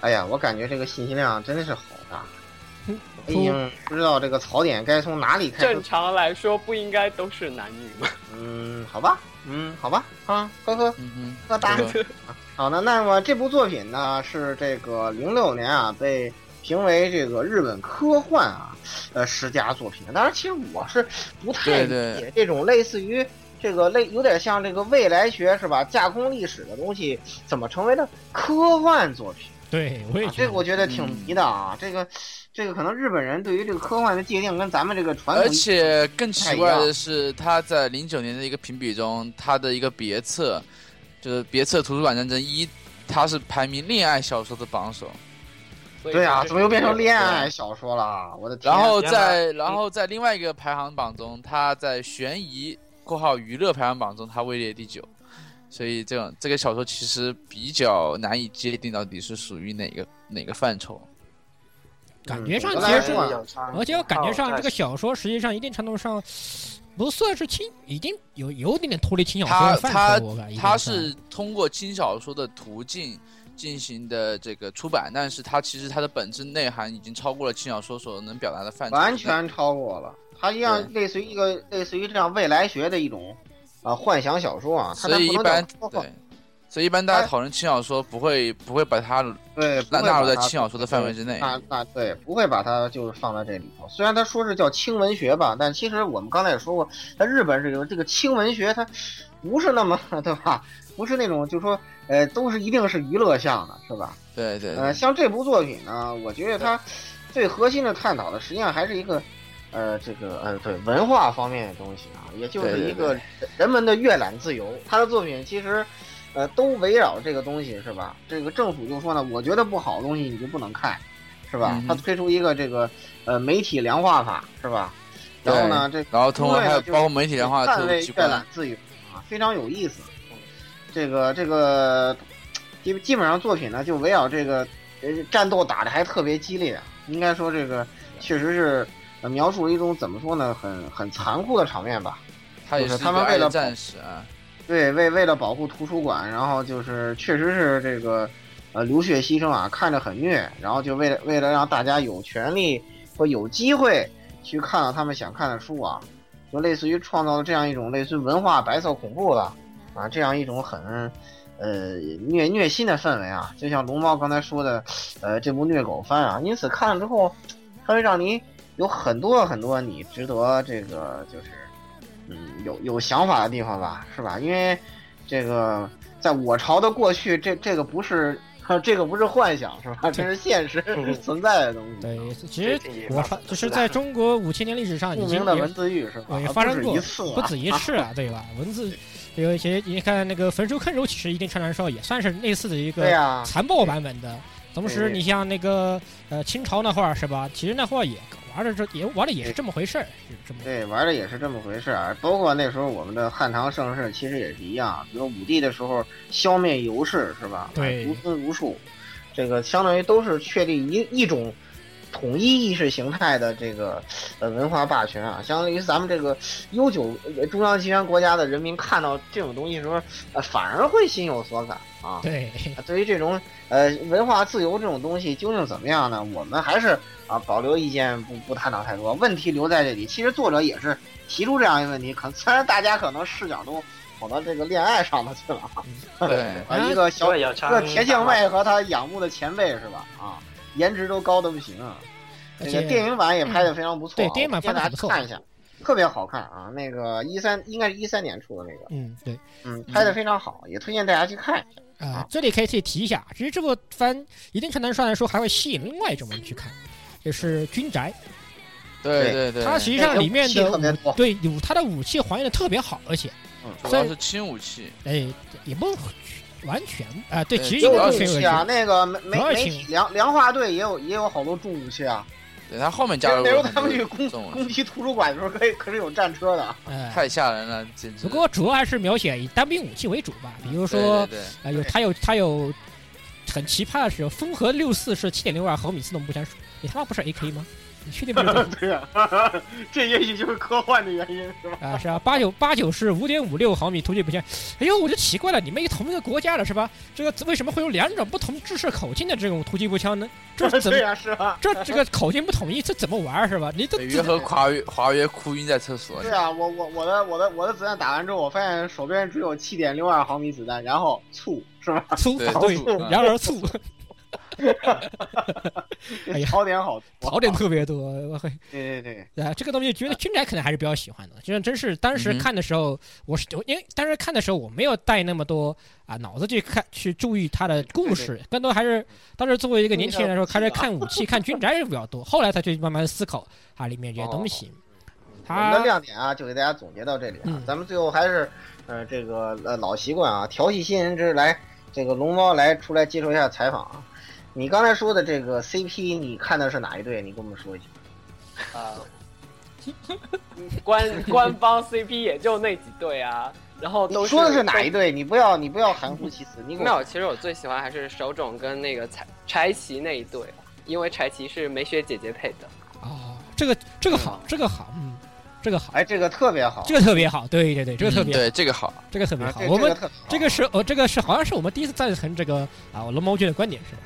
Speaker 1: 哎呀，我感觉这个信息量真的是好大，我已经不知道这个槽点该从哪里开始
Speaker 4: 正。常来说不应该都是男女吗？
Speaker 1: 嗯，好吧，嗯，好吧，啊，呵呵。
Speaker 3: 嗯
Speaker 1: 那大
Speaker 3: 对
Speaker 1: 好的，那么这部作品呢是这个零六年啊被评为这个日本科幻啊呃十佳作品。当然，其实我是不太
Speaker 3: 对
Speaker 1: 理
Speaker 3: 对
Speaker 1: 解这种类似于这个类有点像这个未来学是吧，架空历史的东西怎么成为了科幻作品。
Speaker 2: 对，我也
Speaker 1: 啊、
Speaker 2: 觉
Speaker 1: 这个
Speaker 2: 得
Speaker 1: 我觉得挺迷的
Speaker 3: 嗯
Speaker 1: 啊，这个这个可能日本人对于这个科幻的界定跟咱们这个传统
Speaker 3: 而且更奇怪的是，他在零九年的一个评比中，他的一个别册，就是别册《图书馆战争一》，他是排名恋爱小说的榜首。
Speaker 4: 所以
Speaker 1: 对啊，
Speaker 4: 就是
Speaker 1: 怎么又变成恋爱小说了？啊我的天！
Speaker 3: 然后
Speaker 5: 原
Speaker 3: 在然后在另外一个排行榜中，他在悬疑（括号娱乐）排行榜中，他位列第九。所以这种这个小说其实比较难以界定到底是属于哪个哪个范畴。
Speaker 2: 感觉
Speaker 1: 嗯
Speaker 2: 上其实
Speaker 1: 本来
Speaker 2: 是，
Speaker 1: 是
Speaker 2: 而且我感觉上这个小说实际上一定程度上不算是轻，已经有有点点脱离轻小说
Speaker 3: 他
Speaker 2: 的
Speaker 3: 他
Speaker 2: 范畴，我感觉
Speaker 3: 它是通过轻小说的途径进行的这个出版，但是它其实它的本质内涵已经超过了轻小说所能表达的范畴。
Speaker 1: 完全超过了。它一样类似于一个类似于这样未来学的一种啊幻想小说啊，它
Speaker 3: 所以
Speaker 1: 它
Speaker 3: 一
Speaker 1: 不能
Speaker 3: 般
Speaker 1: 叫科幻
Speaker 3: 对，所以一般大家
Speaker 1: 它
Speaker 3: 讨论轻小说不会不会把它
Speaker 1: 对，不
Speaker 3: 纳
Speaker 1: 会
Speaker 3: 纳入
Speaker 1: 把
Speaker 3: 在
Speaker 1: 它啊
Speaker 3: 轻小说的范围之内。
Speaker 1: 那那对，不会把它就是放在这里头。虽然他说是叫轻文学吧，但其实我们刚才也说过，在日本这个这个轻文学，它不是那么 对吧？不是那种就说呃都是一定是娱乐向的，是吧？
Speaker 3: 对对
Speaker 1: 呃，
Speaker 3: 对
Speaker 1: 像这部作品呢，我觉得它最核心的探讨的，实际上还是一个，呃，这个呃，对文化方面的东西啊，也就是
Speaker 3: 对对
Speaker 1: 一个人们的阅览自由。他的作品其实，呃，都围绕这个东西是吧？这个政府就说呢，我觉得不好的东西你就不能看，是吧
Speaker 3: 嗯？哼
Speaker 1: 他推出一个这个呃媒体量化法是吧？然后呢，这
Speaker 3: 然后通过
Speaker 1: 另外
Speaker 3: 还有
Speaker 1: 呢就是
Speaker 3: 包括媒体量化
Speaker 1: 捍
Speaker 3: 突
Speaker 1: 卫
Speaker 3: 入机
Speaker 1: 阅
Speaker 3: 关
Speaker 1: 览，自由啊，非常有意思。这个这个基基本上作品呢，就围绕这个呃战斗打的还特别激烈，啊应该说这个确实是、呃描述了一种怎么说呢，很很残酷的场面吧。
Speaker 3: 他也
Speaker 1: 就是是
Speaker 3: 一
Speaker 1: 他
Speaker 3: 个
Speaker 1: 们为
Speaker 3: 爱
Speaker 1: 了
Speaker 3: 的战士啊。
Speaker 1: 对，为为了保护图书馆，然后就是确实是这个呃流血牺牲啊，看着很虐，然后就为了为了让大家有权利或有机会去看到他们想看的书啊，就类似于创造了这样一种类似于文化白色恐怖的啊这样一种很呃虐虐心的氛围啊，就像龙猫刚才说的，呃这部虐狗番啊，因此看了之后，它会让你有很多很多你值得这个就是。嗯，有有想法的地方吧，是吧？因为这个在我朝的过去，这这个不是 这个不是幻想是吧？这是现实 存在的东西。
Speaker 2: 对，其实
Speaker 5: 这也
Speaker 2: 我
Speaker 5: 蛮
Speaker 2: 发
Speaker 5: 复
Speaker 2: 就是
Speaker 5: 杂
Speaker 2: 在
Speaker 5: 的
Speaker 2: 中国五千年历史上已
Speaker 1: 著
Speaker 2: 经
Speaker 1: 名的
Speaker 2: 也
Speaker 1: 文字狱是吧？
Speaker 2: 也
Speaker 1: 啊
Speaker 2: 发生
Speaker 1: 不止
Speaker 2: 过
Speaker 1: 一次啊，
Speaker 2: 不止一次啊，对吧？文字有一些，你看那个《焚书坑儒》，其实《一定程度上也算是类似的一
Speaker 1: 对
Speaker 2: 个
Speaker 1: 呀，
Speaker 2: 残暴版本的。同时，你像那个呃清朝那会儿是吧？其实那会儿也玩的这也玩的也是这么回事儿，是这么
Speaker 1: 对，玩的也是这么回事儿。包括那时候我们的汉唐盛世，其实也是一样。比如武帝的时候，消灭尤氏是吧？
Speaker 2: 对
Speaker 1: 独尊儒术，这个相当于都是确立一一种统一意识形态的这个呃文化霸权啊。相当于咱们这个悠久呃中央集权国家的人民看到这种东西的时候，呃，反而会心有所感啊。
Speaker 2: 对
Speaker 1: 对于这种呃文化自由这种东西究竟怎么样呢？我们还是啊保留意见，不不探讨太多。问题留在这里，其实作者也是提出这样一个问题，可虽然大家可能视角都跑到这个恋爱上头去了啊，
Speaker 3: 对，
Speaker 1: 啊
Speaker 2: 嗯
Speaker 1: 一个小
Speaker 5: 对，有
Speaker 1: 一
Speaker 5: 穿
Speaker 1: 个铁匠妹和他仰慕的前辈是吧？啊，颜值都高的不行啊。
Speaker 2: 而
Speaker 1: 那
Speaker 2: 且嗯
Speaker 1: 个电影版也拍的非常不错啊，
Speaker 2: 对电影版
Speaker 1: 我推荐
Speaker 2: 拍得
Speaker 1: 大
Speaker 2: 很
Speaker 1: 家
Speaker 2: 不错
Speaker 1: 看一下，特别好看啊。那个一三应该是一三年出的那个，
Speaker 2: 嗯对。
Speaker 1: 嗯，拍的非常好，也推荐大家去看一下。
Speaker 2: 啊、
Speaker 1: 啊
Speaker 2: 这里可以提一下，其实这部番一定程度上来说还会吸引另外一种人去看，就是军宅。
Speaker 3: 对对对，
Speaker 2: 它实际
Speaker 1: 哎
Speaker 2: 上里面的
Speaker 1: 武器特别
Speaker 2: 武
Speaker 1: 多
Speaker 3: 哦
Speaker 2: 对武它的武器还原的特别好，而且
Speaker 3: 主要是轻武器，
Speaker 2: 哎也不完全啊、对，
Speaker 3: 对
Speaker 2: 其实
Speaker 3: 这
Speaker 2: 有
Speaker 3: 个
Speaker 1: 有
Speaker 3: 要
Speaker 2: 完
Speaker 1: 武
Speaker 2: 全
Speaker 3: 是
Speaker 2: 有
Speaker 1: 器啊，
Speaker 2: 一
Speaker 1: 那个媒媒
Speaker 2: 主要是
Speaker 1: 媒
Speaker 2: 轻
Speaker 1: 体量量化队也有也有好多重武器啊。
Speaker 3: 对他后面
Speaker 1: 比
Speaker 3: 加入
Speaker 1: 如
Speaker 3: 了
Speaker 1: 他们去攻
Speaker 3: 这种
Speaker 1: 攻击图书馆的时候，可以可是有战车的。
Speaker 2: 些哎。
Speaker 3: 太吓人了，简直。
Speaker 2: 不过主要还是描写以单兵武器为主吧，比如说
Speaker 3: 对对
Speaker 2: 啊，
Speaker 3: 对
Speaker 2: 有它有它有很奇葩的是，有风和六四是七点六二毫米自动步枪手，你他妈不是 AK 吗？你确定不是 AK 吗
Speaker 1: 对啊，这也许就是科幻的原因，是 吧？
Speaker 2: 啊，是啊，八九八九是五点五六毫米突击步枪。哎呦，我就奇怪了，你们一同一个国家了是吧？这个为什么会有两种不同制式口径的这种突击步枪呢？这是怎么
Speaker 1: 对？啊，是吧？
Speaker 2: 这这个口径不统一，这怎么玩儿是吧？你这
Speaker 3: 北
Speaker 2: 这
Speaker 3: 约和华约华约哭晕在厕所里
Speaker 1: 对，啊，我我我的我的我的子弹打完之后，我发现手边只有七点六二毫米子弹，然后醋是吧？
Speaker 2: 粗
Speaker 3: 对
Speaker 2: 对
Speaker 3: 粗啊，
Speaker 2: 然而粗哎呀
Speaker 1: 槽点好多，
Speaker 2: 槽点特别多。我会
Speaker 1: 对对对，
Speaker 2: 啊，这个东西觉得军宅可能还是比较喜欢的。就是真是当时
Speaker 3: 嗯哼
Speaker 2: 看的时候，我是因为当时看的时候我没有带那么多啊脑子去看去注意它的故事，更多还是
Speaker 3: 嗯
Speaker 2: 当时作为一个年轻人来说，还是看
Speaker 3: 啊
Speaker 2: 武器、看军宅是比较多。后来才去慢慢思考它里面这些东
Speaker 3: 哦
Speaker 2: 西。
Speaker 1: 我们的
Speaker 2: 它
Speaker 1: 亮点啊，就给大家总结到这里啊
Speaker 2: 嗯。
Speaker 1: 咱们最后还是呃这个呃老习惯啊，调戏新人之来，这个龙猫来出来接受一下采访啊。你刚才说的这个 CP，你看的是哪一对？你跟我们说一下。
Speaker 4: 啊， 官官方 CP 也就那几对啊，然后都
Speaker 1: 你
Speaker 4: 是
Speaker 1: 说的是哪一对？你不要你不要含糊其辞，你
Speaker 4: 都
Speaker 1: 给
Speaker 4: 没有，
Speaker 1: 我
Speaker 4: 其实我最喜欢还是手冢跟那个柴柴崎那一对，因为柴崎是美雪姐姐配的。
Speaker 2: 啊，这个这个好，这个好，嗯，这个好，
Speaker 1: 哎，这个特别好，
Speaker 2: 这个特别好，对对对，这个特
Speaker 3: 嗯
Speaker 2: 别好，
Speaker 3: 对这个好，
Speaker 2: 这个特别
Speaker 1: 啊
Speaker 2: 好。
Speaker 1: 这
Speaker 2: 我们
Speaker 1: 这个特别好
Speaker 2: 这个是呃，这个是好像是我们第一次赞成这个啊，我龙猫君的观点是吧？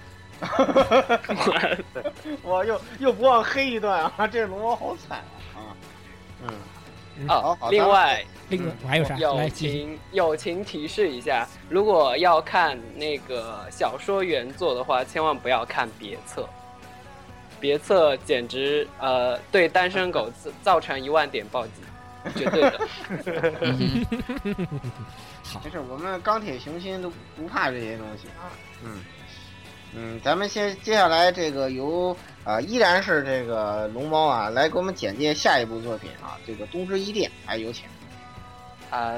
Speaker 1: 我又又不忘黑一段啊，这龙猫好惨啊！嗯，好
Speaker 4: 哦
Speaker 1: 好，
Speaker 4: 另外
Speaker 1: 嗯
Speaker 2: 另外还有啥？
Speaker 4: 友
Speaker 2: 来继续。
Speaker 4: 情友情提示一下，如果要看那个小说原作的话，千万不要看别册。别册简直呃，对单身狗造造成一万点暴击，绝对的。
Speaker 3: 嗯哼
Speaker 2: 好
Speaker 1: 没，事，我们钢铁雄心都不怕这些东西啊。嗯嗯，咱们先接下来这个由啊、依然是这个龙猫啊来给我们简介下一部作品啊，这个《东之伊甸》哎，有请。
Speaker 4: 啊、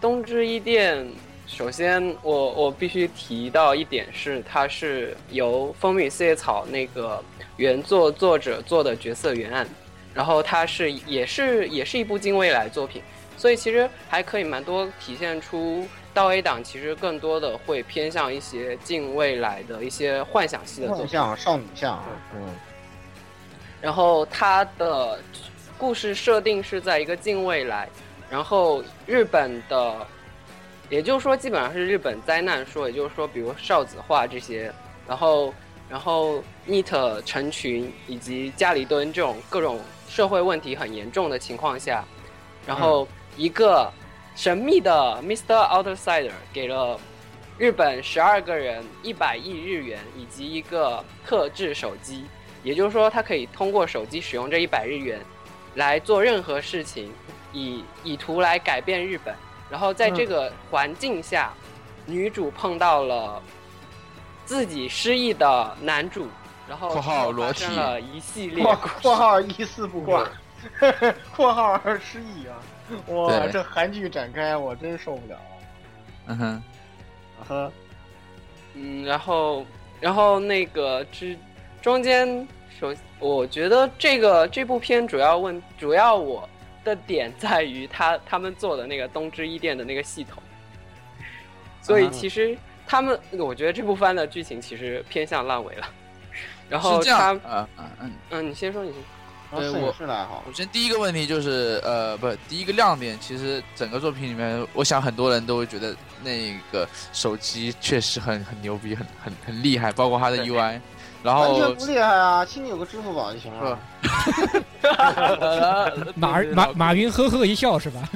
Speaker 4: 东之伊甸，首先我我必须提到一点是，它是由风雨四叶草那个原作作者做的角色原案，然后它是也是也是一部近未来作品，所以其实还可以蛮多体现出到 A 档其实更多的会偏向一些近未来的一些幻想系的作
Speaker 1: 梦
Speaker 4: 品。
Speaker 1: 像少女像啊，嗯，
Speaker 4: 然后它的故事设定是在一个近未来，然后日本的，也就是说基本上是日本灾难说，也就是说比如少子化这些，然后然后 NEET 成群以及家里蹲这种各种社会问题很严重的情况下，然后一个神秘的 Mr. Outsider 给了日本十二个人一百亿日元以及一个特制手机，也就是说，他可以通过手机使用这一百日元来做任何事情，以以图来改变日本。然后在这个环境下，女主碰到了自己失忆的男主，然后
Speaker 3: 括号裸
Speaker 4: 发
Speaker 3: 体
Speaker 4: 生了一系列
Speaker 1: 括
Speaker 4: 故事
Speaker 1: 括号一丝不挂， 括号失忆啊！哇，
Speaker 3: 对
Speaker 1: 这韩剧展开我真受不了。
Speaker 3: 嗯哼，
Speaker 1: 啊哈，
Speaker 4: 嗯，然后然后那个之中间首，我觉得这个这部片主要问主要我的点在于他他们做的那个东芝一店的那个系统，所以
Speaker 3: 啊
Speaker 4: 其实他们我觉得这部番的剧情其实偏向烂尾了。然后
Speaker 3: 是这样
Speaker 4: 他，
Speaker 3: 啊嗯嗯。
Speaker 4: 嗯，你先说，你先说。
Speaker 1: 然后
Speaker 3: 对
Speaker 1: 啊摄影
Speaker 3: 我
Speaker 1: 师来好，
Speaker 3: 首先第一个问题就是，呃，不，第一个亮点，其实整个作品里面，我想很多人都会觉得那个手机确实很很牛逼，很很很厉害，包括它的
Speaker 4: 对
Speaker 3: UI，然
Speaker 1: 完
Speaker 3: 后
Speaker 1: 全 不厉害啊！心里有个支付宝就行了。
Speaker 2: 马马马云呵呵一笑是吧？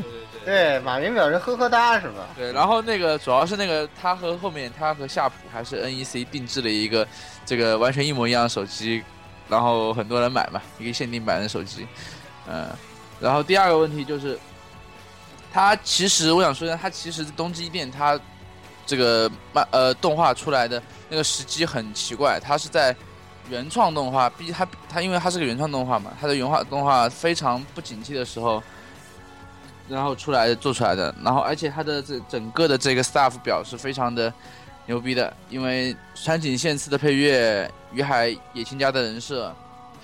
Speaker 1: 对，马云表示呵呵哒是吧？
Speaker 3: 对，然后那个主要是那个他和后面他和夏普还是 NEC 定制了一个这个完全一模一样的手机，然后很多人买嘛，一个限定版的手机，嗯，然后第二个问题就是，它其实我想说一下，它其实东芝店它这个漫呃动画出来的那个时机很奇怪，它是在原创动画，毕竟它它因为它是个原创动画嘛，它的原画动画非常不景气的时候，然后出来做出来的，然后而且它的这整个的这个 staff 表是非常的牛逼的，因为山井宪次的配乐、于海野青家的人设，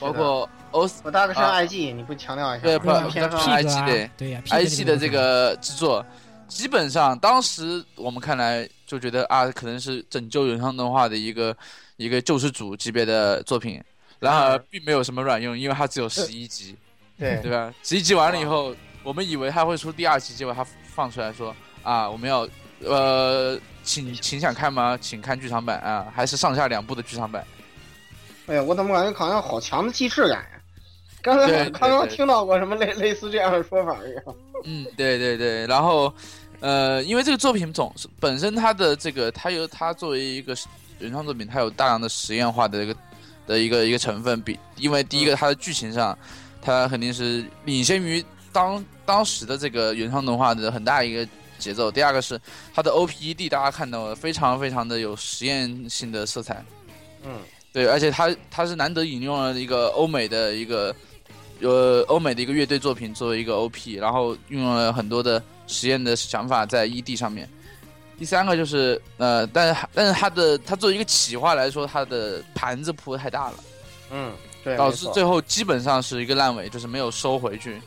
Speaker 3: 包括欧
Speaker 1: 我大个身
Speaker 3: 啊
Speaker 1: IG，你不强调一下
Speaker 3: 对
Speaker 1: 吗？
Speaker 3: 不
Speaker 1: 这片
Speaker 3: 不
Speaker 1: 方
Speaker 3: 是
Speaker 2: P 哥啊
Speaker 3: IG 对，
Speaker 2: 对呀，P 哥
Speaker 3: IC 的这个制作，基本上当时我们看来就觉得啊，可能是拯救原创动画的一个一个救世主级别的作品。然而并没有什么卵用，因为它只有十一集，
Speaker 1: 对
Speaker 3: 对吧？十一集完了以后，我们以为它会出第二集，结果它放出来说啊，我们要呃，请请想看吗？请看剧场版啊，还是上下两部的剧场版。
Speaker 1: 哎呀，我怎么感觉好像好强的既视感呀？刚才
Speaker 3: 对
Speaker 1: 我
Speaker 3: 对
Speaker 1: 刚刚
Speaker 3: 对
Speaker 1: 听到过什么类类似这样的说法一样。
Speaker 3: 嗯，对对对，然后，呃，因为这个作品总是本身它的这个，它有它作为一个实原创作品，它有大量的实验化的一个的一个一个成分，比因为第一个它的剧情上，它肯定是领先于当当时的这个原创动画的很大一个节奏。第二个是它的 OPED，大家看到了非常非常的有实验性的色彩，
Speaker 1: 嗯，
Speaker 3: 对，而且它它是难得引用了一个欧美的一个呃欧美的一个乐队作品作为一个 OP，然后运用了很多的实验的想法在 ED 上面。第三个就是呃，但是但是它的它作为一个企划来说，它的盘子铺的太大了，
Speaker 1: 嗯，对，
Speaker 3: 导
Speaker 1: 没
Speaker 3: 致
Speaker 1: 错
Speaker 3: 最后基本上是一个烂尾，就是没有收回去。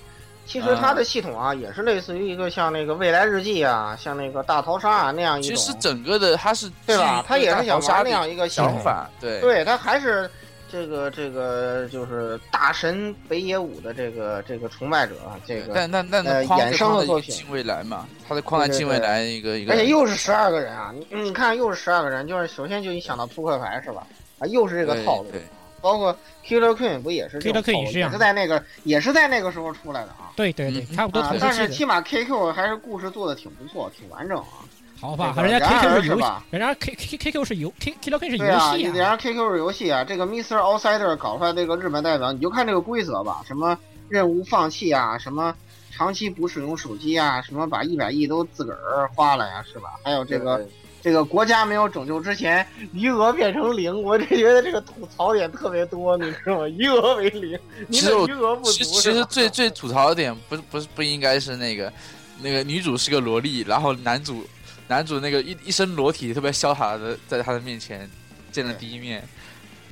Speaker 1: 其实它的系统啊，也是类似于一个像那个未来日记啊，像那个大逃杀啊那样一
Speaker 3: 其
Speaker 1: 种，
Speaker 3: 实整个的它是
Speaker 1: 对吧？
Speaker 3: 基
Speaker 1: 它
Speaker 3: 于
Speaker 1: 也
Speaker 3: 大
Speaker 1: 是想
Speaker 3: 逃杀
Speaker 1: 玩
Speaker 3: 的
Speaker 1: 那样一个系
Speaker 3: 想
Speaker 1: 统，
Speaker 3: 法，对
Speaker 1: 对，它还是这个这个就是大神北野武的这个这个崇拜者啊，这个，
Speaker 3: 但但但
Speaker 1: 呃
Speaker 3: 框
Speaker 1: 衍
Speaker 3: 在
Speaker 1: 生
Speaker 3: 框
Speaker 1: 的
Speaker 3: 在一
Speaker 1: 作
Speaker 3: 个
Speaker 1: 品
Speaker 3: 近未来嘛，它的框在
Speaker 1: 对对
Speaker 3: 近未
Speaker 1: 对
Speaker 3: 来一个一个，
Speaker 1: 而且又是十二个人啊，你你看又是十二个人，就是首先就一想到扑克牌是吧？啊，又是这个
Speaker 3: 对
Speaker 1: 套路，
Speaker 3: 对
Speaker 1: 包括 Killer Queen 不也是这种
Speaker 2: Killer Queen
Speaker 1: 套路
Speaker 2: 也
Speaker 1: 也
Speaker 2: 是这样
Speaker 1: 是在那个也是在那个时候出来的啊。
Speaker 2: 对对对，
Speaker 3: 嗯
Speaker 2: 差不多
Speaker 1: 啊
Speaker 2: 同，
Speaker 1: 但
Speaker 2: 时
Speaker 1: 是
Speaker 2: 期
Speaker 1: 起码 KQ 还是故事做的挺不错，挺完整啊。
Speaker 2: 的，好吧？
Speaker 1: 那个
Speaker 2: 人家
Speaker 1: 然
Speaker 2: KQ
Speaker 1: 而
Speaker 2: 是
Speaker 1: 是
Speaker 2: 游戏啊
Speaker 1: 吧，
Speaker 2: 人家 K K K Q 是游 K K Q K 是游
Speaker 1: 对啊，你
Speaker 2: 戏
Speaker 1: 得
Speaker 2: 啊，
Speaker 1: 让 QQ 是游戏啊，这个 Mr. Outsider 搞出来这个日本代表，你就看这个规则吧，什么任务放弃啊，什么长期不使用手机啊，什么把一百亿都自个儿花了呀，是吧？还有这个这个国家没有拯救之前，余额变成零，我就觉得这个吐槽点特别多，你知道吗？余额为零，你
Speaker 3: 其实
Speaker 1: 的
Speaker 3: 我
Speaker 1: 余额不足
Speaker 3: 其实其
Speaker 1: 是
Speaker 3: 实
Speaker 1: 吧
Speaker 3: 最最吐槽的点不是不是不应该是那个那个女主是个萝莉，然后男主男主那个一一身裸体特别潇洒的在她的面前见了
Speaker 1: 对
Speaker 3: 第一面，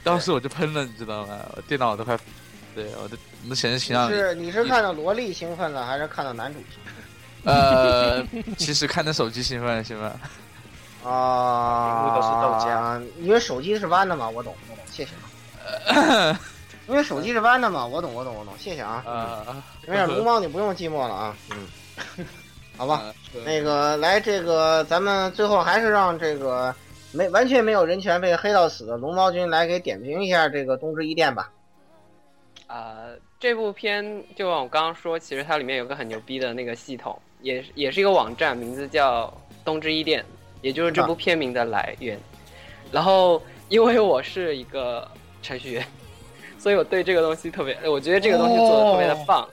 Speaker 3: 当时我就喷了，你知道吗？我电脑都快，对我的我的显示器
Speaker 1: 你
Speaker 3: 上
Speaker 1: 是你是看到萝莉兴奋了，还是看到男主兴
Speaker 3: 呃，其实看着手机兴奋行吧？
Speaker 1: 奋啊？
Speaker 5: 全部都是豆浆
Speaker 1: 因为手机是弯的嘛，我懂，我懂，谢谢啊。因为手机是弯的嘛，我懂，我懂，我懂，谢谢 啊。
Speaker 3: 呃，
Speaker 1: 没事，龙猫你不用寂寞了啊。嗯，好吧，
Speaker 3: 呃
Speaker 1: 那个来这个，咱们最后还是让这个没完全没有人权被黑到死的龙猫君来给点评一下这个《东芝一店》吧。
Speaker 4: 呃，这部片就像我刚刚说，其实它里面有个很牛逼的那个系统，也是也是一个网站，名字叫东芝一店，也就是这部片名的来源。然后，因为我是一个程序员， 所以我对这个东西特别，我觉得这个东西做的特别的棒。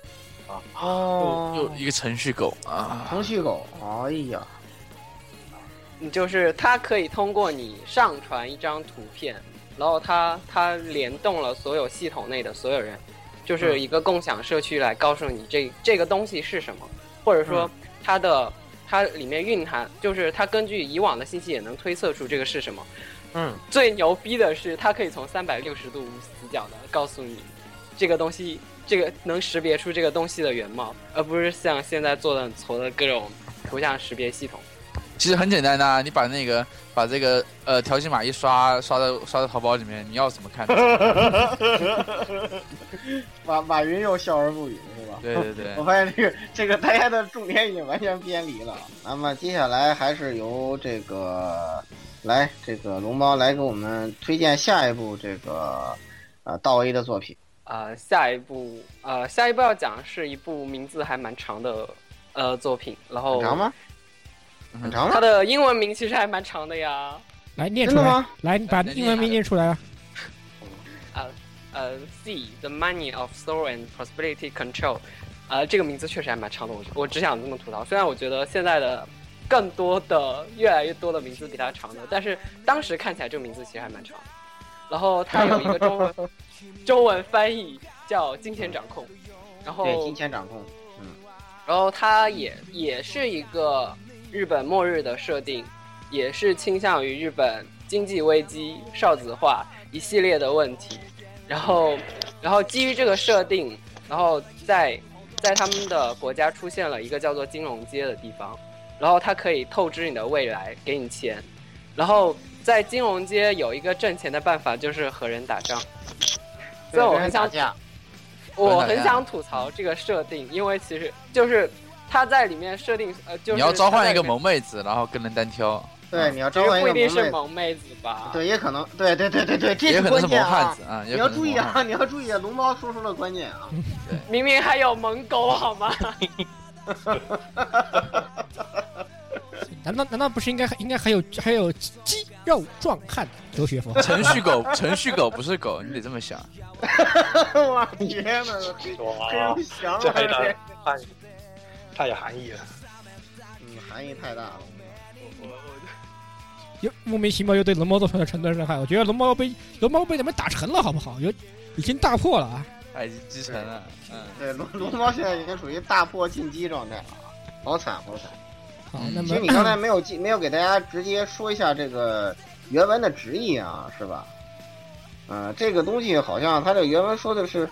Speaker 1: 哦
Speaker 3: 又又一个程序狗啊，
Speaker 1: 程序狗，哎呀，
Speaker 4: 你就是它可以通过你上传一张图片，然后它它联动了所有系统内的所有人，就是一个共享社区来告诉你这这个东西是什么，或者说它的、它里面蕴含，就是它根据以往的信息也能推测出这个是什么。
Speaker 7: 嗯，
Speaker 4: 最牛逼的是，它可以从三百六十度无死角的告诉你这个东西，这个能识别出这个东西的原貌，而不是像现在做的很挫的各种图像识别系统。
Speaker 3: 其实很简单的、啊，你把那个把这个呃条形码一刷，刷到刷到淘宝里面，你要怎么看？
Speaker 1: 马马云又笑而不语是吧？
Speaker 3: 对对对
Speaker 1: 哦我，发现这个这个大家的重点已经完全偏离了。那么接下来还是由这个来这个龙猫来给我们推荐下一部这个呃道 A 的作品。
Speaker 4: 呃，下一部呃，下一部要讲是一部名字还蛮长的呃作品，然后
Speaker 1: 很长吗？
Speaker 3: 哦嗯
Speaker 1: 很长
Speaker 4: 它
Speaker 1: 吗？
Speaker 4: 的英文名其实还蛮长的呀，
Speaker 2: 来念
Speaker 1: 真
Speaker 2: 出
Speaker 1: 的
Speaker 2: 来，
Speaker 1: 吗？
Speaker 2: 来你把
Speaker 3: 来
Speaker 2: 英文名念出来啊。
Speaker 4: 呃，Z The Money of Sorrow and Prosperity Control，呃，这个名字确实还蛮长的，我我只想这么吐槽。虽然我觉得现在的更多的越来越多的名字比它长的，但是当时看起来这个名字其实还蛮长的。然后它有一个 中文中文翻译叫“金钱掌控”，然后
Speaker 1: 对，
Speaker 3: 哦
Speaker 1: 金钱掌控。
Speaker 4: 然后它也也是一个日本末日的设定，也是倾向于日本经济危机、少子化一系列的问题。然后，然后基于这个设定，然后在在他们的国家出现了一个叫做金融街的地方，然后它可以透支你的未来，给你钱。然后在金融街有一个挣钱的办法，就是和人打仗。所以我很想
Speaker 1: 打架，
Speaker 4: 我
Speaker 3: 啊
Speaker 4: 很想吐槽这个设定，因为其实就是他在里面设定，呃，就是
Speaker 3: 你要召唤一个
Speaker 4: 萌，
Speaker 3: 萌妹子，然后跟人单挑，
Speaker 1: 对，你要
Speaker 4: 其
Speaker 1: 召
Speaker 4: 实
Speaker 1: 唤一
Speaker 4: 不一
Speaker 1: 个
Speaker 4: 定是
Speaker 1: 萌妹，
Speaker 4: 萌妹子吧？，
Speaker 1: 对，也可能，对对对对对，这
Speaker 3: 也可能
Speaker 1: 关
Speaker 3: 是
Speaker 1: 键
Speaker 3: 萌汉
Speaker 1: 啊
Speaker 3: 子！啊，也
Speaker 1: 你
Speaker 3: 可
Speaker 1: 要
Speaker 3: 能是
Speaker 1: 注意
Speaker 3: 萌
Speaker 1: 啊，
Speaker 3: 汉子，
Speaker 1: 你要注意啊，龙猫说出了关键 啊。
Speaker 4: 明明还有萌狗好吗？
Speaker 2: 难道难道不是应该应该还有还有肌肉壮汉哲学 符号？
Speaker 3: 程序狗， 程序狗不是狗，你得这么想。
Speaker 1: 我天哪，这
Speaker 5: 哇
Speaker 1: 真，香啊！
Speaker 5: 这黑的
Speaker 1: 这
Speaker 5: 太太有含义了。
Speaker 1: 嗯，含义太大了。
Speaker 2: 又莫名其妙又对龙猫造成了成段伤害，我觉得龙猫被龙猫被咱们打沉了，好不好？有已经大破了啊！
Speaker 3: 他已经哎继承了，嗯，
Speaker 1: 对，龙龙猫现在已经属于大破进击状态了，啊好惨好惨。
Speaker 2: 好，
Speaker 3: 嗯
Speaker 2: 那
Speaker 1: 其
Speaker 2: 么
Speaker 1: 实你刚才没有记，没有给大家直接说一下这个原文的直译啊，是吧？呃，这个东西好像它这个原文说的是，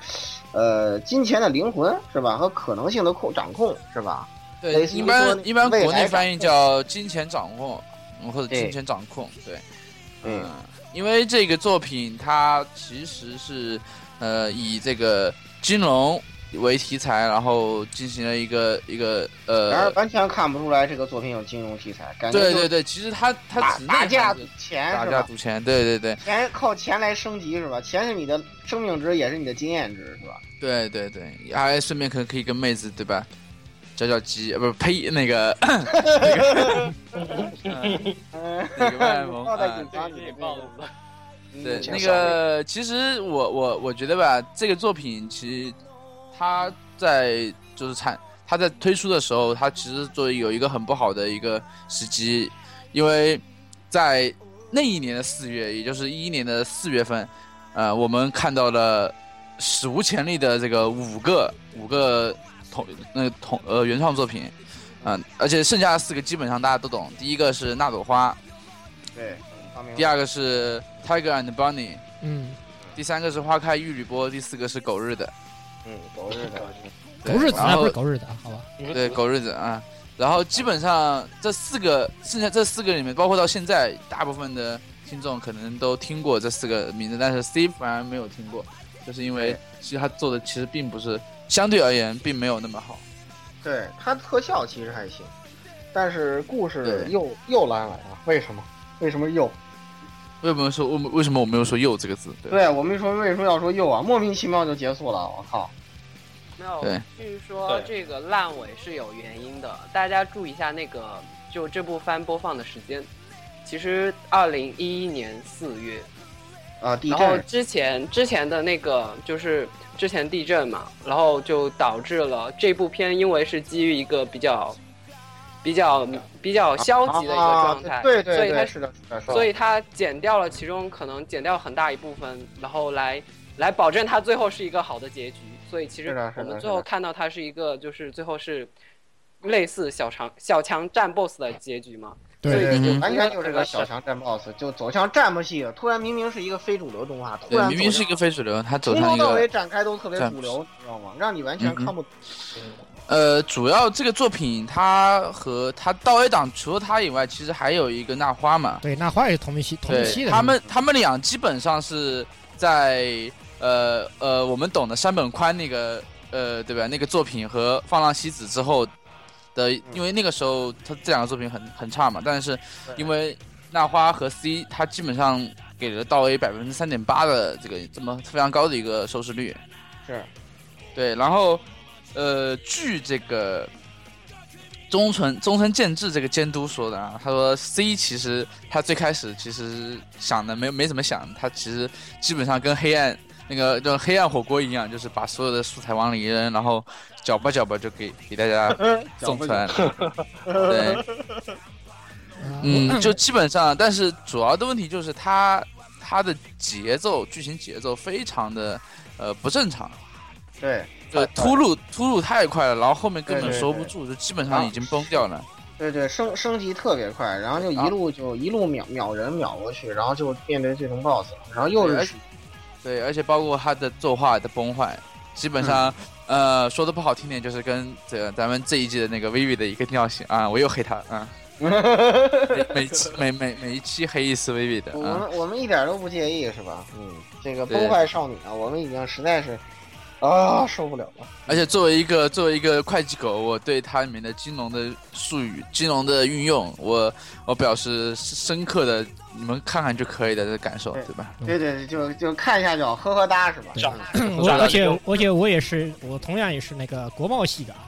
Speaker 1: 呃，金钱的灵魂是吧？和可能性的控掌控是吧？
Speaker 3: 对
Speaker 1: 类，似于
Speaker 3: 一
Speaker 1: 说
Speaker 3: 般
Speaker 1: 那
Speaker 3: 一般
Speaker 1: 未
Speaker 3: 国
Speaker 1: 来
Speaker 3: 内
Speaker 1: 掌
Speaker 3: 翻
Speaker 1: 控
Speaker 3: 译叫金钱掌控，嗯或者
Speaker 1: 对
Speaker 3: 金钱掌控，对，
Speaker 1: 嗯
Speaker 3: 嗯，因为这个作品它其实是呃以这个金融为题材，然后进行了一个一个
Speaker 1: 然而
Speaker 3: 呃，
Speaker 1: 完全看不出来这个作品有金融题材，感觉
Speaker 3: 对
Speaker 1: 就是
Speaker 3: 对对，其实它它
Speaker 1: 打
Speaker 3: 只
Speaker 1: 打架赌
Speaker 3: 是
Speaker 1: 钱
Speaker 3: 打
Speaker 1: 是
Speaker 3: 架
Speaker 1: 吧？
Speaker 3: 赌钱，对对对
Speaker 1: 钱靠钱来升级是吧？钱是你的生命值，也是你的经验值是吧？
Speaker 3: 对对对，还顺便可能可以跟妹子对吧，叫叫鸡，呃不呸那 个
Speaker 1: 嗯，
Speaker 3: 那个。嗯那 个卖萌
Speaker 1: 报
Speaker 3: 啊
Speaker 1: 在警察
Speaker 4: 这
Speaker 1: 里
Speaker 4: 也
Speaker 1: 面
Speaker 4: 暴露了。
Speaker 3: 对，
Speaker 1: 嗯
Speaker 3: 那个其实我我我觉得吧，这个作品其实它在就是产它在推出的时候，它其实做有一个很不好的一个时机，因为在那一年的四月，也就是一一年的四月份，呃，我们看到了史无前例的这个五个五个同那个同呃原创作品，嗯、而且剩下的四个基本上大家都懂，第一个是那朵花，
Speaker 1: 对，发明
Speaker 3: 第二个是 Tiger and Bunny。
Speaker 2: 嗯，
Speaker 3: 第三个是花开玉缕波，第四个是狗日的，
Speaker 1: 嗯，狗日的，
Speaker 3: 对
Speaker 2: 狗日子
Speaker 3: 然
Speaker 2: 啊，
Speaker 3: 后
Speaker 2: 不是狗日子啊，好吧？
Speaker 3: 对狗日子啊。然后基本上这四个，剩下这四个里面，包括到现在，大部分的听众可能都听过这四个名字，但是 Steve 反而没有听过，就是因为其实他做的其实并不是相对而言并没有那么好。
Speaker 1: 对它特效其实还行，但是故事
Speaker 3: 对
Speaker 1: 又又烂尾了，为什么？为什么又？
Speaker 3: 为什么说我们为什么我没有说又这个字？对，
Speaker 1: 对啊我们说为什么要说又啊？莫名其妙就结束了，我靠！
Speaker 4: 没有
Speaker 3: 对，
Speaker 4: 据说这个烂尾是有原因的，大家注意一下那个就这部番播放的时间，其实二零一一年四月，
Speaker 1: 啊，地
Speaker 4: 然后
Speaker 1: 震，
Speaker 4: 之前之前的那个就是之前地震嘛，然后就导致了这部片因为是基于一个比较比较比较消极的一个状态，
Speaker 1: 啊对对
Speaker 4: 所以
Speaker 1: 对，
Speaker 4: 它
Speaker 1: 是的，是的，是的
Speaker 4: 所以它减掉了其中可能减掉很大一部分，然后来来保证它最后是一个好的结局。所以其实
Speaker 1: 是的是的
Speaker 4: 我们
Speaker 1: 是
Speaker 4: 最后
Speaker 1: 的
Speaker 4: 看到它是一个就是最后是类似小强小强战 BOSS 的结局嘛。
Speaker 1: 对
Speaker 4: 所以
Speaker 1: 对
Speaker 3: 嗯
Speaker 1: 对，
Speaker 4: 哼
Speaker 1: 完全就是个小强战 BOSS，就走向战幕系了。突然明明是一个非主流动画，突
Speaker 3: 对，
Speaker 1: 然
Speaker 3: 明明
Speaker 1: 走
Speaker 3: 是一个非主流，它走
Speaker 1: 从
Speaker 3: 上
Speaker 1: 头
Speaker 3: 一
Speaker 1: 到尾
Speaker 3: 个
Speaker 1: 展开都特别主流，你知道吗？让你完全
Speaker 3: 嗯哼
Speaker 1: 看不懂。
Speaker 3: 呃，主要这个作品它和它道 A 档除了它以外，其实还有一个那花嘛，
Speaker 2: 对，那花也是同一期同一期
Speaker 3: 对，
Speaker 2: 的。
Speaker 3: 他们他们俩基本上是在呃呃我们懂的山本宽那个呃对吧那个作品和放浪西子之后的，
Speaker 2: 嗯
Speaker 3: 因为那个时候他这两个作品很很差嘛，但是因为那花和 C 它基本上给了道 A 百分之三点八的这个这么非常高的一个收视率，
Speaker 1: 是
Speaker 3: 对，然后，呃，据这个中村中村健志这个监督说的啊，他说 C 其实他最开始其实想的没没怎么想，他其实基本上跟黑暗那个就黑暗火锅一样，就是把所有的素材往里一扔，然后搅吧搅吧就给给大 家送出来了。对，
Speaker 2: 啊
Speaker 3: 嗯，就基本上，但是主要的问题就是它它的节奏剧情节奏非常的呃不正常。
Speaker 1: 对
Speaker 3: 对，突入突入太快了，然后后面根
Speaker 1: 对
Speaker 3: 本
Speaker 1: 对
Speaker 3: 收不住，就基本上已经崩掉了。
Speaker 1: 对对，升升级特别快，然后就
Speaker 3: 啊
Speaker 1: 一路就一路秒秒人秒过去，然后就面对最终 BOSS，然后又
Speaker 3: 对而
Speaker 1: 是
Speaker 3: 对，而且包括他的作画的崩坏，基本上，呃，说的不好听点，就是跟这个咱们这一季的那个 Vivi 的一个尿性啊，我又黑他啊。每每期每每每一期黑一次 Vivi 的
Speaker 1: 我
Speaker 3: 啊，
Speaker 1: 们我们一点都不介意，是吧？嗯，这个
Speaker 3: 对
Speaker 1: 崩坏少女啊，我们已经实在是啊受不了了。
Speaker 3: 而且作为一个作为一个会计狗，我对它里面的金融的术语、金融的运用，我我表示深刻的，你们看看就可以的这感受，
Speaker 1: 对
Speaker 3: 对吧？
Speaker 1: 对对，对就就看一下就好呵呵哒是吧？
Speaker 2: 对
Speaker 3: 啊
Speaker 1: 嗯
Speaker 2: 我而且而且我也是，我同样也是那个国贸系的啊。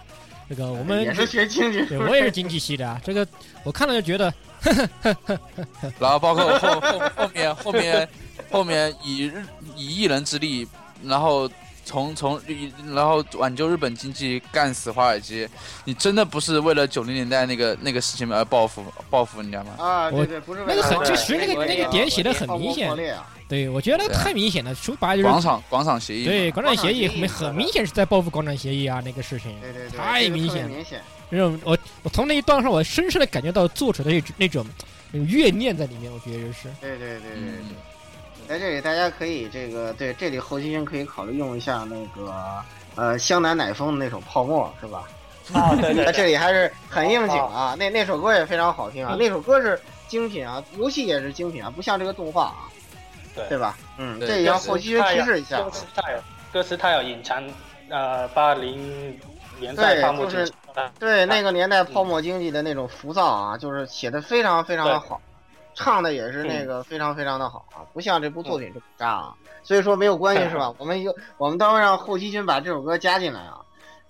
Speaker 2: 这个我们
Speaker 1: 也是学经济，
Speaker 2: 对我也是经济系的啊。这个我看了就觉得，
Speaker 3: 然后包括后后后面后面后面以日以一人之力，然后从从日然后挽救日本经济，干死华尔街，你真的不是为了九零年代那个那个事情而报复报复，你知道吗？
Speaker 1: 啊，
Speaker 2: 我
Speaker 1: 对对，不是为
Speaker 2: 那个
Speaker 1: 了
Speaker 2: 很，
Speaker 1: 暴
Speaker 2: 就
Speaker 1: 力
Speaker 2: 其实那
Speaker 4: 我
Speaker 2: 个那
Speaker 4: 也
Speaker 2: 个
Speaker 1: 啊
Speaker 2: 点写的很
Speaker 1: 暴力
Speaker 2: 明显
Speaker 1: 暴，力啊
Speaker 2: 对我觉得那个太明显了，说白了就
Speaker 3: 广
Speaker 2: 是
Speaker 3: 场广场协议嘛，
Speaker 2: 对广场协议
Speaker 1: 广场协议
Speaker 2: 很很明显是在报复广场协议啊那个事情。
Speaker 1: 对对对，
Speaker 2: 太
Speaker 1: 这个
Speaker 2: 明
Speaker 1: 特别
Speaker 2: 显了
Speaker 1: 明显。
Speaker 2: 那种我我从那一段上，我深深的感觉到作者的那种那种那种怨念在里面，我觉得就是。
Speaker 1: 对对对对
Speaker 3: 嗯，
Speaker 1: 在这里大家可以这个对这里后期人可以考虑用一下那个呃湘南乃风的那首《泡沫》是吧？
Speaker 5: 啊，对对
Speaker 1: 在
Speaker 5: 对，
Speaker 1: 这里还是很应景啊，那那首歌也非常好
Speaker 3: 嗯
Speaker 1: 听啊，那首歌是精品啊，游戏也是精品啊，不像这个动画啊，
Speaker 5: 对
Speaker 1: 对吧？嗯，
Speaker 3: 对
Speaker 1: 这也要后期人提示一下啊
Speaker 5: 歌。词它有歌词它有隐藏，呃，八零年代
Speaker 1: 对
Speaker 5: 泡沫
Speaker 1: 就
Speaker 5: 经
Speaker 1: 是
Speaker 5: 济啊
Speaker 1: 对那个年代
Speaker 5: 嗯
Speaker 1: 泡沫经济的那种浮躁啊，就是写的非常非常的好，唱的也是
Speaker 5: 嗯
Speaker 1: 那个非常非常的好啊，不像这部作品这么渣啊。所以说没有关系是吧？我们有我们到时候让后期君把这首歌加进来啊，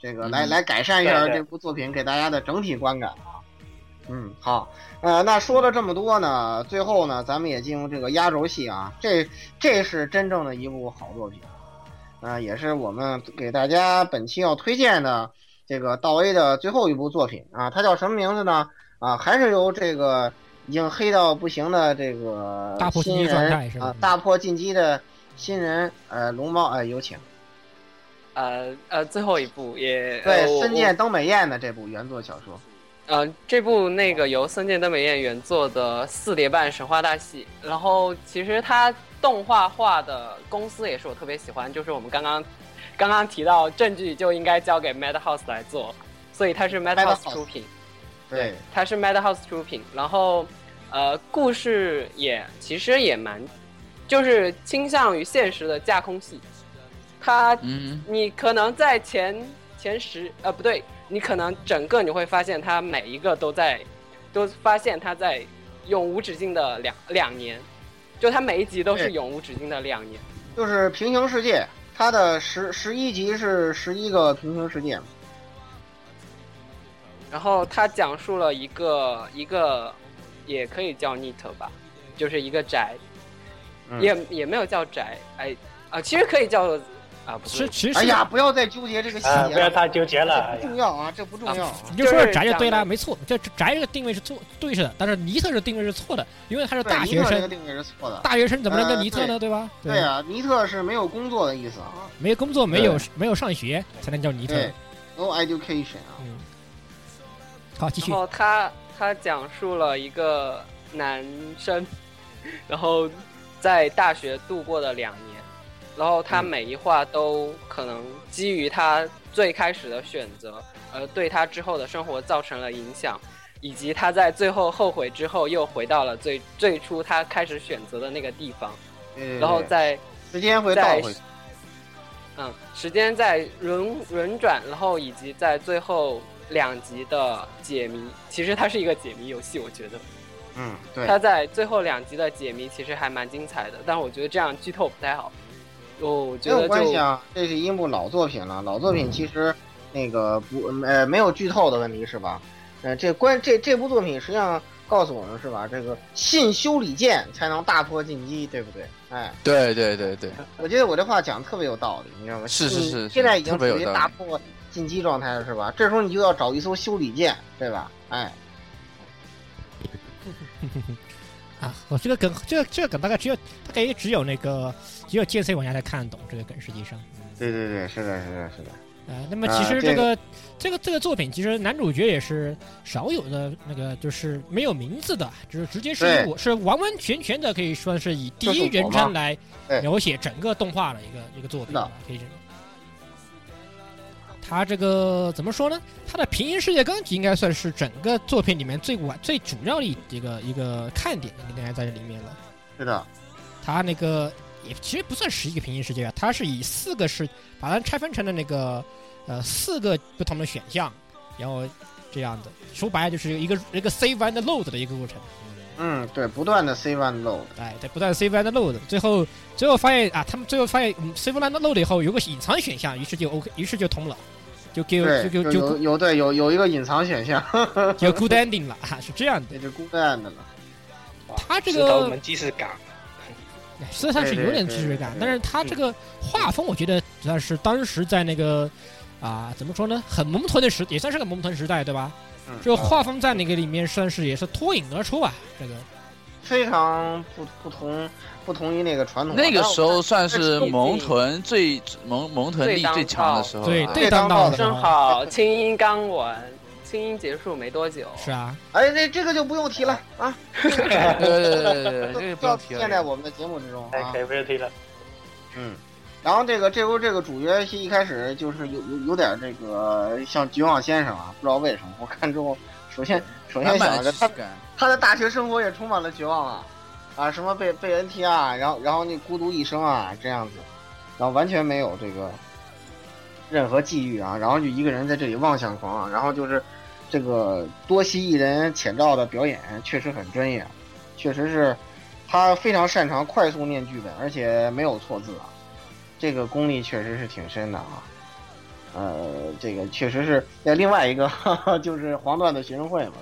Speaker 1: 这个来
Speaker 3: 嗯
Speaker 1: 来改善一下
Speaker 5: 对对
Speaker 1: 这部作品给大家的整体观感啊。嗯，好，呃，那说了这么多呢，最后呢，咱们也进入这个压轴戏啊，这这是真正的一部好作品，啊、也是我们给大家本期要推荐的这个道 A 的最后一部作品啊，它叫什么名字呢？啊，还是由这个已经黑到不行的这个
Speaker 2: 大破
Speaker 1: 新
Speaker 2: 进击状
Speaker 1: 人
Speaker 2: 态是吧
Speaker 1: 啊，大破进击的新人呃，龙猫呃，有请
Speaker 4: 呃呃，最后一部也
Speaker 1: 对
Speaker 4: 呃我
Speaker 1: 森见登美彦的这部原作小说，
Speaker 4: 呃，这部那个由森见登美彦原作的四叠半神话大戏，然后其实它动画化的公司也是我特别喜欢，就是我们刚刚刚刚提到证据就应该交给 Madhouse 来做，所以它是 Madhouse
Speaker 1: Madhouse
Speaker 4: 出品，
Speaker 1: 对
Speaker 4: 它是 Madhouse 出品，然后呃，故事也其实也蛮就是倾向于现实的架空戏，它
Speaker 3: 嗯，
Speaker 4: 你可能在前前十呃不对，你可能整个你会发现他每一个都在，都发现他在永无止境的两两年，就他每一集都是
Speaker 1: 对
Speaker 4: 永无止境的两年。
Speaker 1: 就是平行世界，它的十十一集是十一个平行世界嘛，
Speaker 4: 然后他讲述了一个一个，也可以叫 nit 吧，就是一个宅，
Speaker 1: 嗯
Speaker 4: 也也没有叫宅，哎啊、其实可以叫啊，不
Speaker 2: 其
Speaker 4: 是，
Speaker 2: 其实
Speaker 1: 哎呀，不要再纠结这个细
Speaker 5: 啊，
Speaker 1: 节
Speaker 5: 不要
Speaker 1: 了，
Speaker 5: 太纠结了。哎
Speaker 1: 不
Speaker 5: 呀
Speaker 1: 重要啊，这不重要啊。
Speaker 2: 你就说
Speaker 4: 就是是
Speaker 2: 宅就
Speaker 4: 讲
Speaker 2: 对了，
Speaker 4: 的
Speaker 2: 没错，就这宅这个定位是错对是的，但是尼特这定位是错的，因为他是
Speaker 1: 对
Speaker 2: 大
Speaker 1: 尼
Speaker 2: 学
Speaker 1: 特这个
Speaker 2: 生，
Speaker 1: 定位是错的。
Speaker 2: 大学生怎么能跟
Speaker 1: 呃
Speaker 2: 尼特呢？对吧？
Speaker 1: 对啊，尼特是没有工作的意思啊
Speaker 2: 没工作，没有没有上学，才能叫尼特。
Speaker 1: 对，no education 啊。
Speaker 2: 嗯，好，继续
Speaker 4: 然。后他他讲述了一个男生，然后在大学度过的两年，然后他每一话都可能基于他最开始的选择，而对他之后的生活造成了影响，以及他在最后后悔之后又回到了最最初他开始选择的那个地方，
Speaker 1: 对对对
Speaker 4: 然后在。
Speaker 1: 时间会倒
Speaker 4: 在
Speaker 1: 回去。
Speaker 4: 嗯，时间在轮轮转，然后以及在最后两集的解谜，其实它是一个解谜游戏，我觉得
Speaker 1: 嗯，对。
Speaker 4: 它在最后两集的解谜其实还蛮精彩的，但我觉得这样剧透不太好。我我觉
Speaker 1: 没有
Speaker 4: 得就
Speaker 1: 关系啊，这是樱木老作品了，老作品其实那个不呃没有剧透的问题是吧？呃，这关这这部作品实际上告诉我们是吧？这个信修理剑才能大破进击，对不对？哎，
Speaker 3: 对对对对，
Speaker 1: 我觉得我这话讲得特别有道理，你知道吗？
Speaker 3: 是是
Speaker 1: 信
Speaker 3: 是
Speaker 1: 现在已经
Speaker 3: 特别
Speaker 1: 处
Speaker 3: 有
Speaker 1: 于
Speaker 3: 道理
Speaker 1: 大破进击状态了是吧？这时候你就要找一艘修理舰，对吧？哎，
Speaker 2: 啊，我这个梗，这个这个梗大概只有大概也只有那个只有 G C 玩家才看得懂这个梗，实际上。
Speaker 1: 对对对，是的，是的，是的。
Speaker 2: 呃，那么
Speaker 1: 啊
Speaker 2: 其实
Speaker 1: 这
Speaker 2: 这个、这个这个作品，其实男主角也是少有的那个，就是没有名字的，就是直接是
Speaker 1: 对
Speaker 2: 以我是完完全全的，可以说是以第
Speaker 1: 就是
Speaker 2: 一
Speaker 1: 我
Speaker 2: 人
Speaker 1: 嘛
Speaker 2: 称来
Speaker 1: 对
Speaker 2: 描写整个动画的一个一个作
Speaker 1: 是
Speaker 2: 品
Speaker 1: 的
Speaker 2: 吧，可以这么。他这个怎么说呢？他的平行世界观应该算是整个作品里面最完最主要的一一个一个看点，应该在这里面了。
Speaker 1: 是的，
Speaker 2: 它那个也其实不算十一个平行世界啊，它是以四个是把它拆分成了那个呃四个不同的选项，然后这样的，说白了就是一个一个 save and load 的一个过程。
Speaker 1: 嗯，对，不断的 save and load，
Speaker 2: 哎，在不断 save and load，最后最后发现啊，他们最后发现、嗯、save and load 以后有个隐藏选项，于是就 OK，于是就通了，就给
Speaker 1: 对，
Speaker 2: 就
Speaker 1: 就
Speaker 2: 就
Speaker 1: 有
Speaker 2: 就
Speaker 1: 有对有有一个隐藏选项，
Speaker 2: 就 good ending 了啊，是这样的。
Speaker 1: 那就孤单的了。
Speaker 2: 他这
Speaker 5: 石头我
Speaker 2: 个
Speaker 5: 们既视感，
Speaker 2: 哎虽然是有点知觉
Speaker 1: 对对对
Speaker 2: 感，
Speaker 1: 对嗯
Speaker 2: 但是他这个画风，我觉得算是当时在那个啊、怎么说呢，很萌豚的时，也算是个萌豚时代，对吧？
Speaker 1: 嗯
Speaker 2: 这个画风在那个里面算是也是脱颖而出啊，这个
Speaker 1: 非常不不同，不同于那个传统的。
Speaker 3: 那个
Speaker 1: 但我
Speaker 3: 时候算是
Speaker 1: 但是
Speaker 3: 萌豚最萌萌豚力最强的时候
Speaker 2: 对
Speaker 3: 了，
Speaker 1: 哦对当
Speaker 2: 当道
Speaker 1: 道的
Speaker 2: 是
Speaker 4: 正
Speaker 2: 吧？
Speaker 4: 好清音刚完，清音结束没多久，
Speaker 2: 是啊，
Speaker 1: 哎，那这个就不用提了啊，
Speaker 3: 对对对对对，
Speaker 1: 就
Speaker 3: 这个不
Speaker 1: 要
Speaker 3: 用
Speaker 1: 出
Speaker 3: 提
Speaker 1: 现在
Speaker 3: 了。
Speaker 1: 我们的节目之中
Speaker 5: 哎，
Speaker 1: 啊
Speaker 5: 可。以不要提了。
Speaker 1: 嗯，然后这个这部这个主角一开始就是有有有点这个像菊网先生啊，不知道为什么，我看之后首先首
Speaker 3: 满
Speaker 1: 先
Speaker 3: 满
Speaker 1: 想
Speaker 3: 的
Speaker 1: 着
Speaker 3: 既视
Speaker 1: 他
Speaker 3: 感，
Speaker 1: 他的大学生活也充满了绝望啊，啊，什么被被 NT 啊，然后然后那孤独一生啊这样子，然后完全没有这个任何际遇啊，然后就一个人在这里妄想狂啊，然后就是这个多西一人浅照的表演确实很专业，啊确实是他非常擅长快速念剧本，而且没有错字啊，这个功力确实是挺深的啊。呃，这个确实是那另外一个， 哈哈，就是黄段子学生会嘛，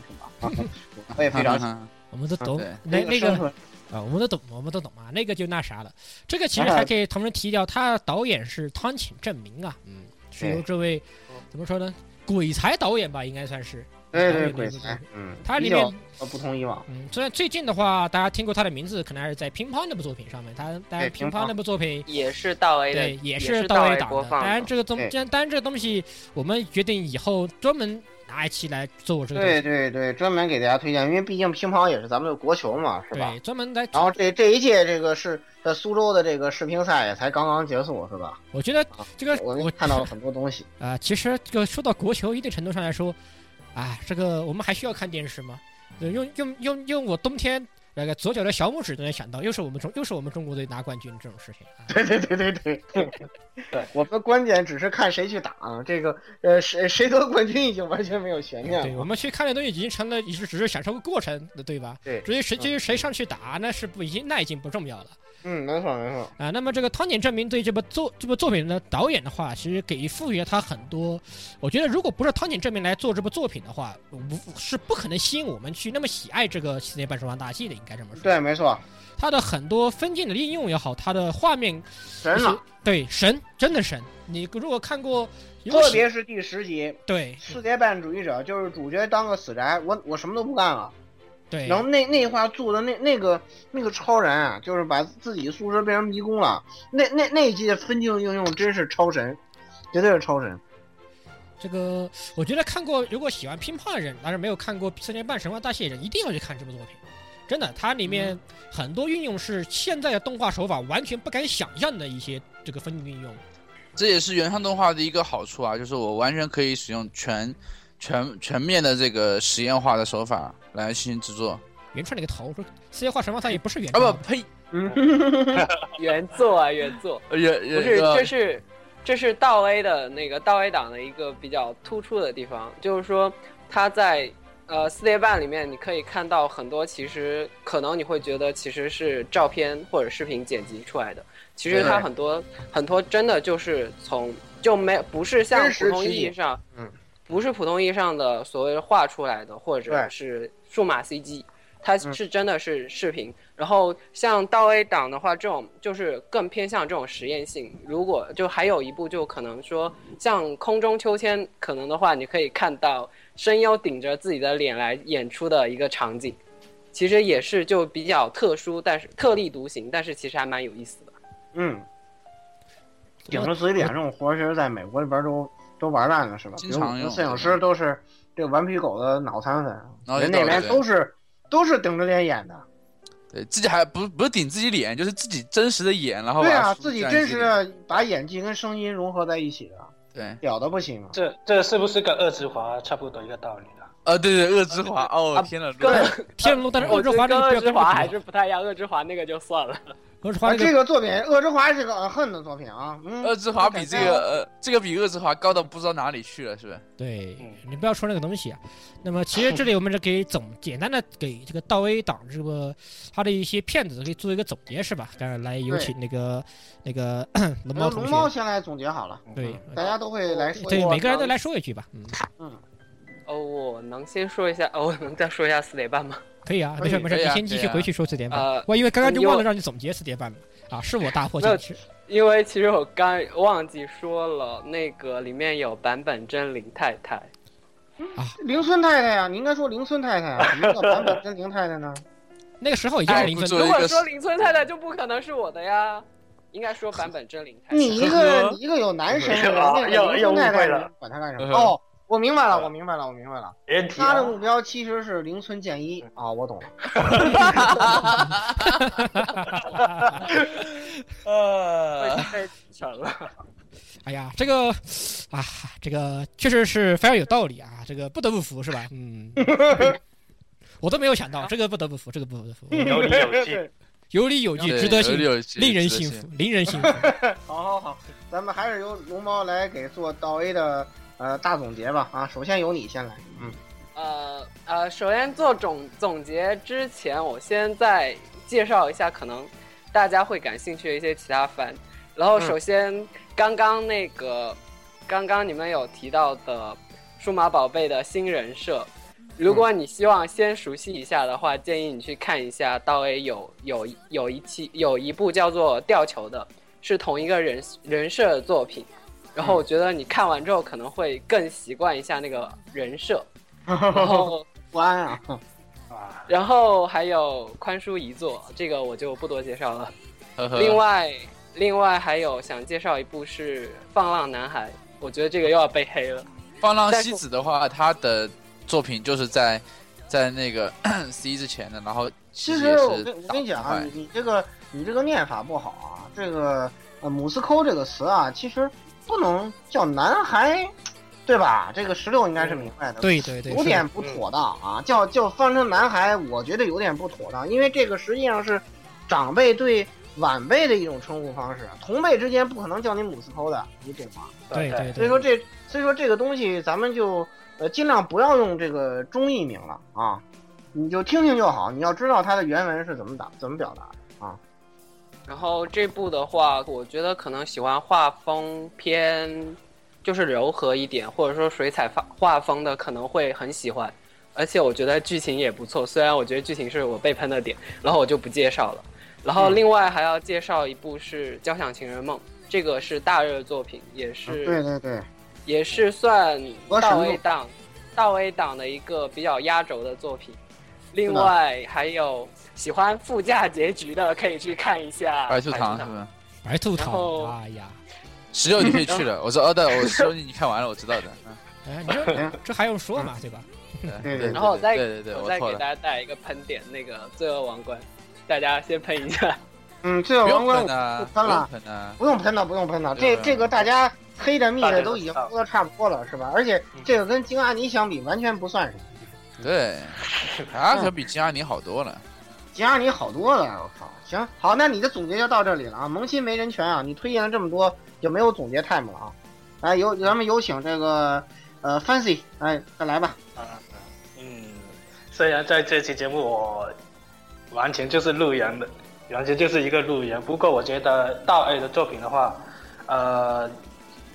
Speaker 1: 是吧？ 我也非常喜欢
Speaker 3: 嗯
Speaker 2: 我们都
Speaker 1: 啊
Speaker 2: 懂
Speaker 3: 对，
Speaker 2: 那那个
Speaker 1: 生存
Speaker 2: 啊，我们都懂，我们都懂啊，那个就那啥了。这个其实还可以同时提掉，他导演是汤浅证明啊，嗯，是由
Speaker 1: 对
Speaker 2: 这位怎么说呢，鬼才导演吧，应该算是。
Speaker 1: 对
Speaker 2: 导
Speaker 1: 对
Speaker 2: 演
Speaker 1: 鬼
Speaker 2: 的一个
Speaker 1: 才，嗯，
Speaker 2: 它里
Speaker 1: 比较
Speaker 2: 面
Speaker 1: 呃不同以往，
Speaker 2: 嗯，虽然最近的话，大家听过他的名字，可能还是在乒乓那部作品上面。他当然
Speaker 1: 对乒
Speaker 2: 乓
Speaker 1: 乓
Speaker 2: 那部作品，
Speaker 4: 也是到 A 的，
Speaker 2: 对，也
Speaker 4: 是
Speaker 2: 到 A
Speaker 4: 档
Speaker 2: 档
Speaker 4: 播
Speaker 2: 的。当
Speaker 4: 放
Speaker 2: 然，
Speaker 4: 的。
Speaker 2: 这个东，
Speaker 1: 对
Speaker 2: 当然这个东西，我们决定以后专门拿一期来做这个东
Speaker 1: 对
Speaker 2: 西。
Speaker 1: 对对，专门给大家推荐，因为毕竟乒乓也是咱们的国球嘛，是吧？
Speaker 2: 对，专门来。
Speaker 1: 然后这这一届这个是在苏州的这个世乒赛也才刚刚结束，是吧？
Speaker 2: 我觉得这个
Speaker 1: 我
Speaker 2: 我
Speaker 1: 们看到了很多东西，
Speaker 2: 啊，其实这个说到国球，一定程度上来说，啊，这个我们还需要看电视吗？对用用用用我冬天那个左脚的小拇指都能想到，又是我们中又是我们中国队拿冠军这种事情啊。
Speaker 1: 对对对对对， 对，我们的观点只是看谁去打，这个呃谁谁得冠军已经完全没有悬
Speaker 2: 对，
Speaker 1: 念
Speaker 2: 我
Speaker 1: 了，
Speaker 2: 们去看的东西已经成了，只是只是享受个过程的，对吧？
Speaker 1: 对
Speaker 2: 至于谁
Speaker 1: 嗯
Speaker 2: 至于谁上去打，那是不已经那已经不重要了
Speaker 1: 嗯，没错没错，
Speaker 2: 啊、那么这个汤浅证明对这部作这部作品的导演的话，其实给赋予了他很多。我觉得如果不是汤浅证明来做这部作品的话，无是不可能吸引我们去那么喜爱这个《新年半兽王大戏》的。应应该这么说。
Speaker 1: 对，没错，
Speaker 2: 它的很多分镜的应用也好，它的画面
Speaker 1: 神了，
Speaker 2: 对神真的神。你如果看过，如果
Speaker 1: 特
Speaker 2: 喜
Speaker 1: 别是第十集
Speaker 2: 对
Speaker 1: 世界半主义者，就是主角当个死宅，我我什么都不干了，
Speaker 2: 对
Speaker 1: 然后那那话做的那那个那个超人啊，就是把自己宿舍变成迷宫了，那那那一季的分镜应用真是超神，绝对是超神。
Speaker 2: 这个，我觉得看过如果喜欢乒乓的人，但是没有看过《三年半神话大戏》的人，一定要去看这部作品。真的，它里面很多运用是现在的动画手法完全不敢想象的一些这个分镜运用。
Speaker 3: 这也是原创动画的一个好处啊，就是我完全可以使用全全全面的这个实验化的手法来进行制作
Speaker 2: 原创那个头，我说四界画神话它也不是原
Speaker 3: 啊，
Speaker 2: 创
Speaker 3: 不
Speaker 2: 的，
Speaker 3: 呸，
Speaker 4: 原作啊，原作
Speaker 3: 呃原
Speaker 4: 不是，
Speaker 3: 呃
Speaker 4: 这是这是道 A 的那个道 A 党的一个比较突出的地方，就是说他在呃四叠半里面，你可以看到很多其实可能你会觉得其实是照片或者视频剪辑出来的，其实它
Speaker 1: 对
Speaker 4: 很多很多真的就是从就没不是像
Speaker 1: 真实
Speaker 4: 普通
Speaker 1: 体
Speaker 4: 意义上，
Speaker 1: 嗯，
Speaker 4: 不是普通意义上的所谓的画出来的或者
Speaker 1: 对
Speaker 4: 是数码 CG。它
Speaker 1: 嗯
Speaker 4: 是真的是视频。然后像到 A 档的话，这种就是更偏向这种实验性。如果就还有一部，就可能说像空中秋千，可能的话，你可以看到声优顶着自己的脸来演出的一个场景，其实也是就比较特殊，但是特立独行，但是其实还蛮有意思的。
Speaker 1: 嗯，
Speaker 2: 怎
Speaker 1: 顶
Speaker 2: 么
Speaker 1: 着嘴脸这种活儿，其实在美国这边都都玩烂了，是吧？
Speaker 3: 经常
Speaker 1: 比如
Speaker 3: 用
Speaker 1: 我们摄影师都是这个顽皮狗的脑残粉，
Speaker 3: 脑袋
Speaker 1: 人那边
Speaker 3: 哦对
Speaker 1: 都是都是顶着脸演的。
Speaker 3: 对自己还不不是顶自己脸，就是自己真实的演，然后
Speaker 1: 对
Speaker 3: 把
Speaker 1: 啊，
Speaker 3: 书
Speaker 1: 自己
Speaker 3: 站
Speaker 1: 真
Speaker 3: 起
Speaker 1: 实
Speaker 3: 来
Speaker 1: 的把演技跟声音融合在一起的，
Speaker 3: 对，
Speaker 1: 屌的不行啊！
Speaker 5: 这这是不是跟恶之华差不多一个道理了？
Speaker 3: 呃对对，恶之华哦天呐，
Speaker 4: 跟
Speaker 2: 天龙，但是
Speaker 1: 哦
Speaker 2: 恶之华这个不要
Speaker 4: 跟恶之
Speaker 2: 跟
Speaker 4: 华还是不太一样，恶之华那个就算了。
Speaker 2: 恶之华
Speaker 1: 啊，
Speaker 2: 这
Speaker 1: 这
Speaker 2: 个
Speaker 1: 个作品《恶之华》是个很恨的作品啊。嗯，
Speaker 3: 恶之华比这个呃这个比恶之华高到不知道哪里去了，是吧？
Speaker 2: 对
Speaker 5: 嗯
Speaker 2: 你不要说那个东西啊。那么其实这里我们是给总简单的给这个道 A 党这个他的一些片子可以做一个总结是吧？当然来有
Speaker 1: 对
Speaker 2: 请那个那个 龙
Speaker 1: 那
Speaker 2: 猫同
Speaker 1: 龙
Speaker 2: 学
Speaker 1: 猫先来总结好了，
Speaker 2: 对
Speaker 1: 大家都会来说一
Speaker 2: 对，
Speaker 1: 说。
Speaker 2: 每个人都来说一句吧。嗯，
Speaker 1: 嗯，
Speaker 4: 哦，我能先说一下，哦，我能再说一下四点半吗？
Speaker 2: 可以啊，
Speaker 1: 可
Speaker 2: 没
Speaker 1: 以
Speaker 2: 事没事，
Speaker 3: 可以
Speaker 2: 你
Speaker 3: 啊
Speaker 2: 先继
Speaker 3: 可
Speaker 2: 续
Speaker 3: 以啊
Speaker 2: 回去说四点半
Speaker 4: 呃。
Speaker 2: 我因为刚刚就
Speaker 4: 你
Speaker 2: 忘
Speaker 4: 有
Speaker 2: 了让你总结四点半了啊，是我大破
Speaker 4: 那
Speaker 2: 矜持。
Speaker 4: 因为其实我刚忘记说了，那个里面有坂本真绫太太。
Speaker 1: 林村太太呀，你应该说林村太太啊，什么叫版本真林太太呢？
Speaker 2: 那个时候已经是
Speaker 4: 哎
Speaker 2: 零
Speaker 3: 不
Speaker 2: 分
Speaker 3: 做
Speaker 2: 钟
Speaker 4: 如
Speaker 2: 了
Speaker 3: 一个
Speaker 4: 果说林村太太，就不可能是我的呀，应该说坂本真绫太太。
Speaker 1: 你一
Speaker 3: 呵
Speaker 1: 个
Speaker 3: 呵
Speaker 1: 你一个有男神的人，
Speaker 5: 啊
Speaker 1: 那个
Speaker 5: 又
Speaker 1: 林
Speaker 5: 又
Speaker 1: 村太
Speaker 5: 误会
Speaker 1: 太
Speaker 5: 了嗯
Speaker 1: 你管他干什么？
Speaker 3: 呵呵
Speaker 1: 哦，我明白了，我明白了，我明白了。
Speaker 5: 人体
Speaker 1: 他
Speaker 5: 啊
Speaker 1: 的目标其实是零村健一
Speaker 5: 嗯
Speaker 1: 啊，我懂了。
Speaker 4: 被
Speaker 3: 呃，
Speaker 4: 被成了。
Speaker 2: 哎呀，这个啊，这个确实是非常有道理啊，这个不得不服是吧？嗯，我都没有想到，这个不得不服，这个不得不服，
Speaker 5: 有理有据。
Speaker 2: 有理有据，
Speaker 3: 对
Speaker 2: 值得
Speaker 3: 有
Speaker 2: 信
Speaker 3: 理
Speaker 2: 服，
Speaker 3: 有据
Speaker 2: 令人
Speaker 3: 值得
Speaker 2: 信
Speaker 3: 信
Speaker 2: 服，令人信服。
Speaker 1: 好好好，咱们还是由龙猫来给做到 A 的呃大总结吧啊，首先由你先来，嗯，
Speaker 4: 呃呃，首先做总总结之前，我先再介绍一下可能大家会感兴趣的一些其他番。然
Speaker 1: 嗯
Speaker 4: 后首先，刚刚那个刚刚你们有提到的数码宝贝的新人设，如果你希望先熟悉一下的话，建议你去看一下道 A 有有有一期有一部叫做《吊球》的，是同一个人人设的作品。然后我觉得你看完之后可能会更习惯一下那个人设，然后
Speaker 1: 不安啊，
Speaker 5: 啊，
Speaker 4: 然后还有宽叔一作，这个我就不多介绍了。
Speaker 3: 呵呵
Speaker 4: 另外，另外还有想介绍一部是《放浪男孩》，我觉得这个又要被黑了。
Speaker 3: 放浪
Speaker 4: 但是
Speaker 3: 西子的话，他的作品就是在在那个 C 之前的，然后
Speaker 1: 其
Speaker 3: 也
Speaker 1: 实
Speaker 3: 是
Speaker 1: 我跟我
Speaker 3: 打
Speaker 1: 跟你讲
Speaker 3: 不
Speaker 1: 啊，
Speaker 3: 坏
Speaker 1: 你你这个你这个念法不好啊，这个呃母斯抠这个词啊，其实不能叫男孩，对吧？这个十六应该是明白的，
Speaker 2: 对对对，
Speaker 1: 有
Speaker 2: 是
Speaker 1: 点不妥当啊，叫叫翻成男孩，我觉得有点不妥当，因为这个实际上是长辈对晚辈的一种称呼方式，同辈之间不可能叫你母斯抠的，你懂吗？
Speaker 2: 对对
Speaker 1: 所以
Speaker 2: 对
Speaker 1: 说这，所以说这个东西咱们就呃尽量不要用这个中译名了啊，你就听听就好，你要知道它的原文是怎么打怎么表达的。
Speaker 4: 然后这部的话，我觉得可能喜欢画风偏就是柔和一点，或者说水彩画画风的可能会很喜欢。而且我觉得剧情也不错，虽然我觉得剧情是我被喷的点，然后我就不介绍了。然后另外还要介绍一部是《交响情人梦》，这个是大热作品，也是、
Speaker 1: 啊对对对，
Speaker 4: 也是算
Speaker 1: 我
Speaker 4: 大
Speaker 1: 神
Speaker 4: A
Speaker 1: 作
Speaker 4: 档大 A 档的一个比较压轴的作品。另
Speaker 1: 是的
Speaker 4: 外还有喜欢附加结局的可以去看一下《
Speaker 3: 白兔糖
Speaker 4: 白
Speaker 3: 是不是？
Speaker 2: 白兔
Speaker 4: 然
Speaker 2: 糖，
Speaker 4: 后
Speaker 2: 哎呀，
Speaker 3: 十六你可以去了，我说哦，对，我说你看完了，我知道的。嗯
Speaker 2: 哎，你这这还用说嘛，对吧？
Speaker 1: 对对
Speaker 4: 然后我再
Speaker 3: 对对对，
Speaker 4: 我
Speaker 3: 我
Speaker 4: 再
Speaker 3: 错
Speaker 4: 给
Speaker 3: 了，
Speaker 4: 大家带一个喷点，那个《罪恶王冠》，大家先喷一下。
Speaker 1: 嗯，罪恶
Speaker 3: 不
Speaker 1: 王冠
Speaker 3: 用喷啊，
Speaker 1: 不
Speaker 3: 不
Speaker 1: 喷
Speaker 3: 用
Speaker 1: 了
Speaker 3: 喷啊。
Speaker 1: 不用喷了，不用喷了，
Speaker 3: 对
Speaker 1: 这
Speaker 3: 对
Speaker 1: 这个大家黑的密
Speaker 5: 大
Speaker 1: 的
Speaker 5: 家
Speaker 1: 都
Speaker 5: 都
Speaker 1: 已
Speaker 5: 知
Speaker 1: 经
Speaker 5: 道
Speaker 1: 说的差不多了，是吧？而且
Speaker 3: 嗯
Speaker 1: 这个跟金阿尼相比，完全不算什么，
Speaker 3: 对，啊，可比金阿尼好多了。
Speaker 1: 金阿尼好多了，我靠！行，好，那你的总结就到这里了啊。萌新没人权啊，你推荐了这么多，就没有总结 time 了啊。来，有咱们有请这个呃 Fancy，哎，再来吧。
Speaker 5: 啊，嗯，虽然在这期节目我完全就是路人的，完全就是一个路人。不过我觉得大 A 的作品的话，呃，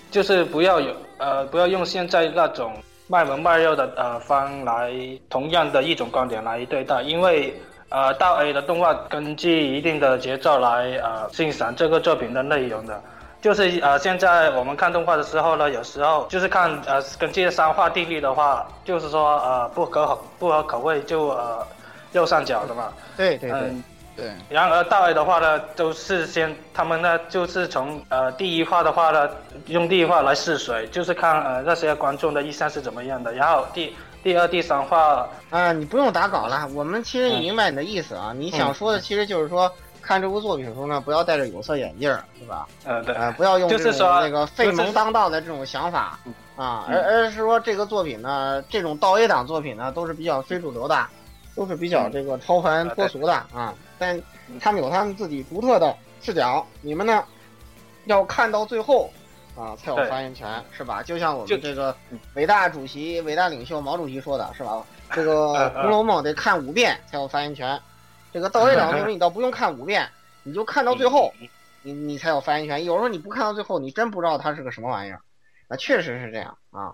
Speaker 5: 就是不要有呃不要用现在那种卖萌卖肉的呃方来同样的一种观点来对待，因为。呃，大 A 的动画根据一定的节奏来呃欣赏这个作品的内容的，就是呃，现在我们看动画的时候呢，有时候就是看呃，根据三化定律的话，就是说呃，不合口不合口味就呃右上角的嘛。
Speaker 1: 对对对，
Speaker 5: 嗯，
Speaker 3: 对，
Speaker 5: 然而大 A 的话呢，都是先他们呢就是从呃第一话的话呢，用第一话来试水，就是看呃那些观众的意向是怎么样的。然后第第二、第三话，
Speaker 1: 啊，你不用打稿了，我们其实也明白你的意思啊。你想说的其实就是说，看这部作品的时候呢，不要戴着有色眼镜儿，是吧？
Speaker 5: 呃对，
Speaker 1: 啊，不要用
Speaker 5: 就
Speaker 1: 这
Speaker 5: 是
Speaker 1: 种
Speaker 5: 说
Speaker 1: 那个费
Speaker 5: 就是
Speaker 1: 蒙当道的这种想法
Speaker 5: 嗯
Speaker 1: 啊，
Speaker 5: 嗯
Speaker 1: 而而是说这个作品呢，这种倒 A 档作品呢，都是比较非主流的，都是比较
Speaker 5: 嗯
Speaker 1: 这个超凡
Speaker 5: 啊嗯
Speaker 1: 脱俗的啊，但他们有他们自己独特的视角，你们呢，要看到最后。啊，才有
Speaker 5: 对
Speaker 1: 发言权是吧？就像我
Speaker 5: 就
Speaker 1: 们这个
Speaker 5: 嗯
Speaker 1: 伟大主席、伟大领袖毛主席说的是吧？这 个
Speaker 5: 啊
Speaker 1: 《红楼梦》得看五遍才有发言权，这个倒 A 档作品你倒不用看五遍，你就看到最后，你你才有发言权。有时候你不看到最后，你真不知道它是个什么玩意儿。啊，确实是这样啊。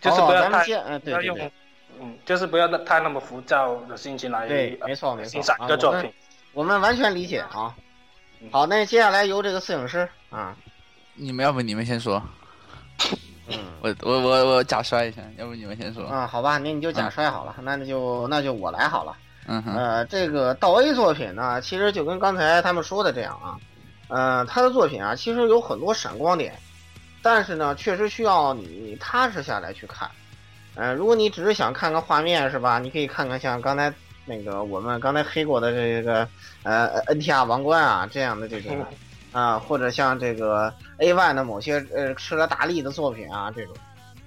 Speaker 5: 就是
Speaker 1: 好
Speaker 5: 不要
Speaker 1: 咱们
Speaker 5: 太
Speaker 1: 接，嗯，
Speaker 5: 不
Speaker 1: 对
Speaker 5: 要
Speaker 1: 对
Speaker 5: 用
Speaker 1: 对，
Speaker 5: 嗯，就是不要太那么浮躁的心情来
Speaker 1: 对，
Speaker 5: 呃
Speaker 1: 没错没错
Speaker 5: 欣赏
Speaker 1: 啊，
Speaker 5: 一个
Speaker 1: 我
Speaker 5: 作
Speaker 1: 们
Speaker 5: 品。
Speaker 1: 我们完全理解啊
Speaker 5: 嗯。
Speaker 1: 好，那接下来由这个摄影师啊，
Speaker 3: 你们要不你们先说，
Speaker 1: 嗯
Speaker 3: 我我我我假摔一下，要不你们先说。
Speaker 1: 啊，好吧，那你就
Speaker 5: 嗯
Speaker 1: 假摔好了，那就那就我来好了。
Speaker 3: 嗯哼，
Speaker 1: 呃，这个倒 A 作品呢，其实就跟刚才他们说的这样啊，呃，他的作品啊，其实有很多闪光点，但是呢，确实需要你踏实下来去看。呃，如果你只是想看个画面是吧？你可以看看像刚才那个我们刚才黑过的这个呃 NTR 王冠啊这样的这种啊、或者像这个 A One 的某些呃吃了大力的作品啊这种。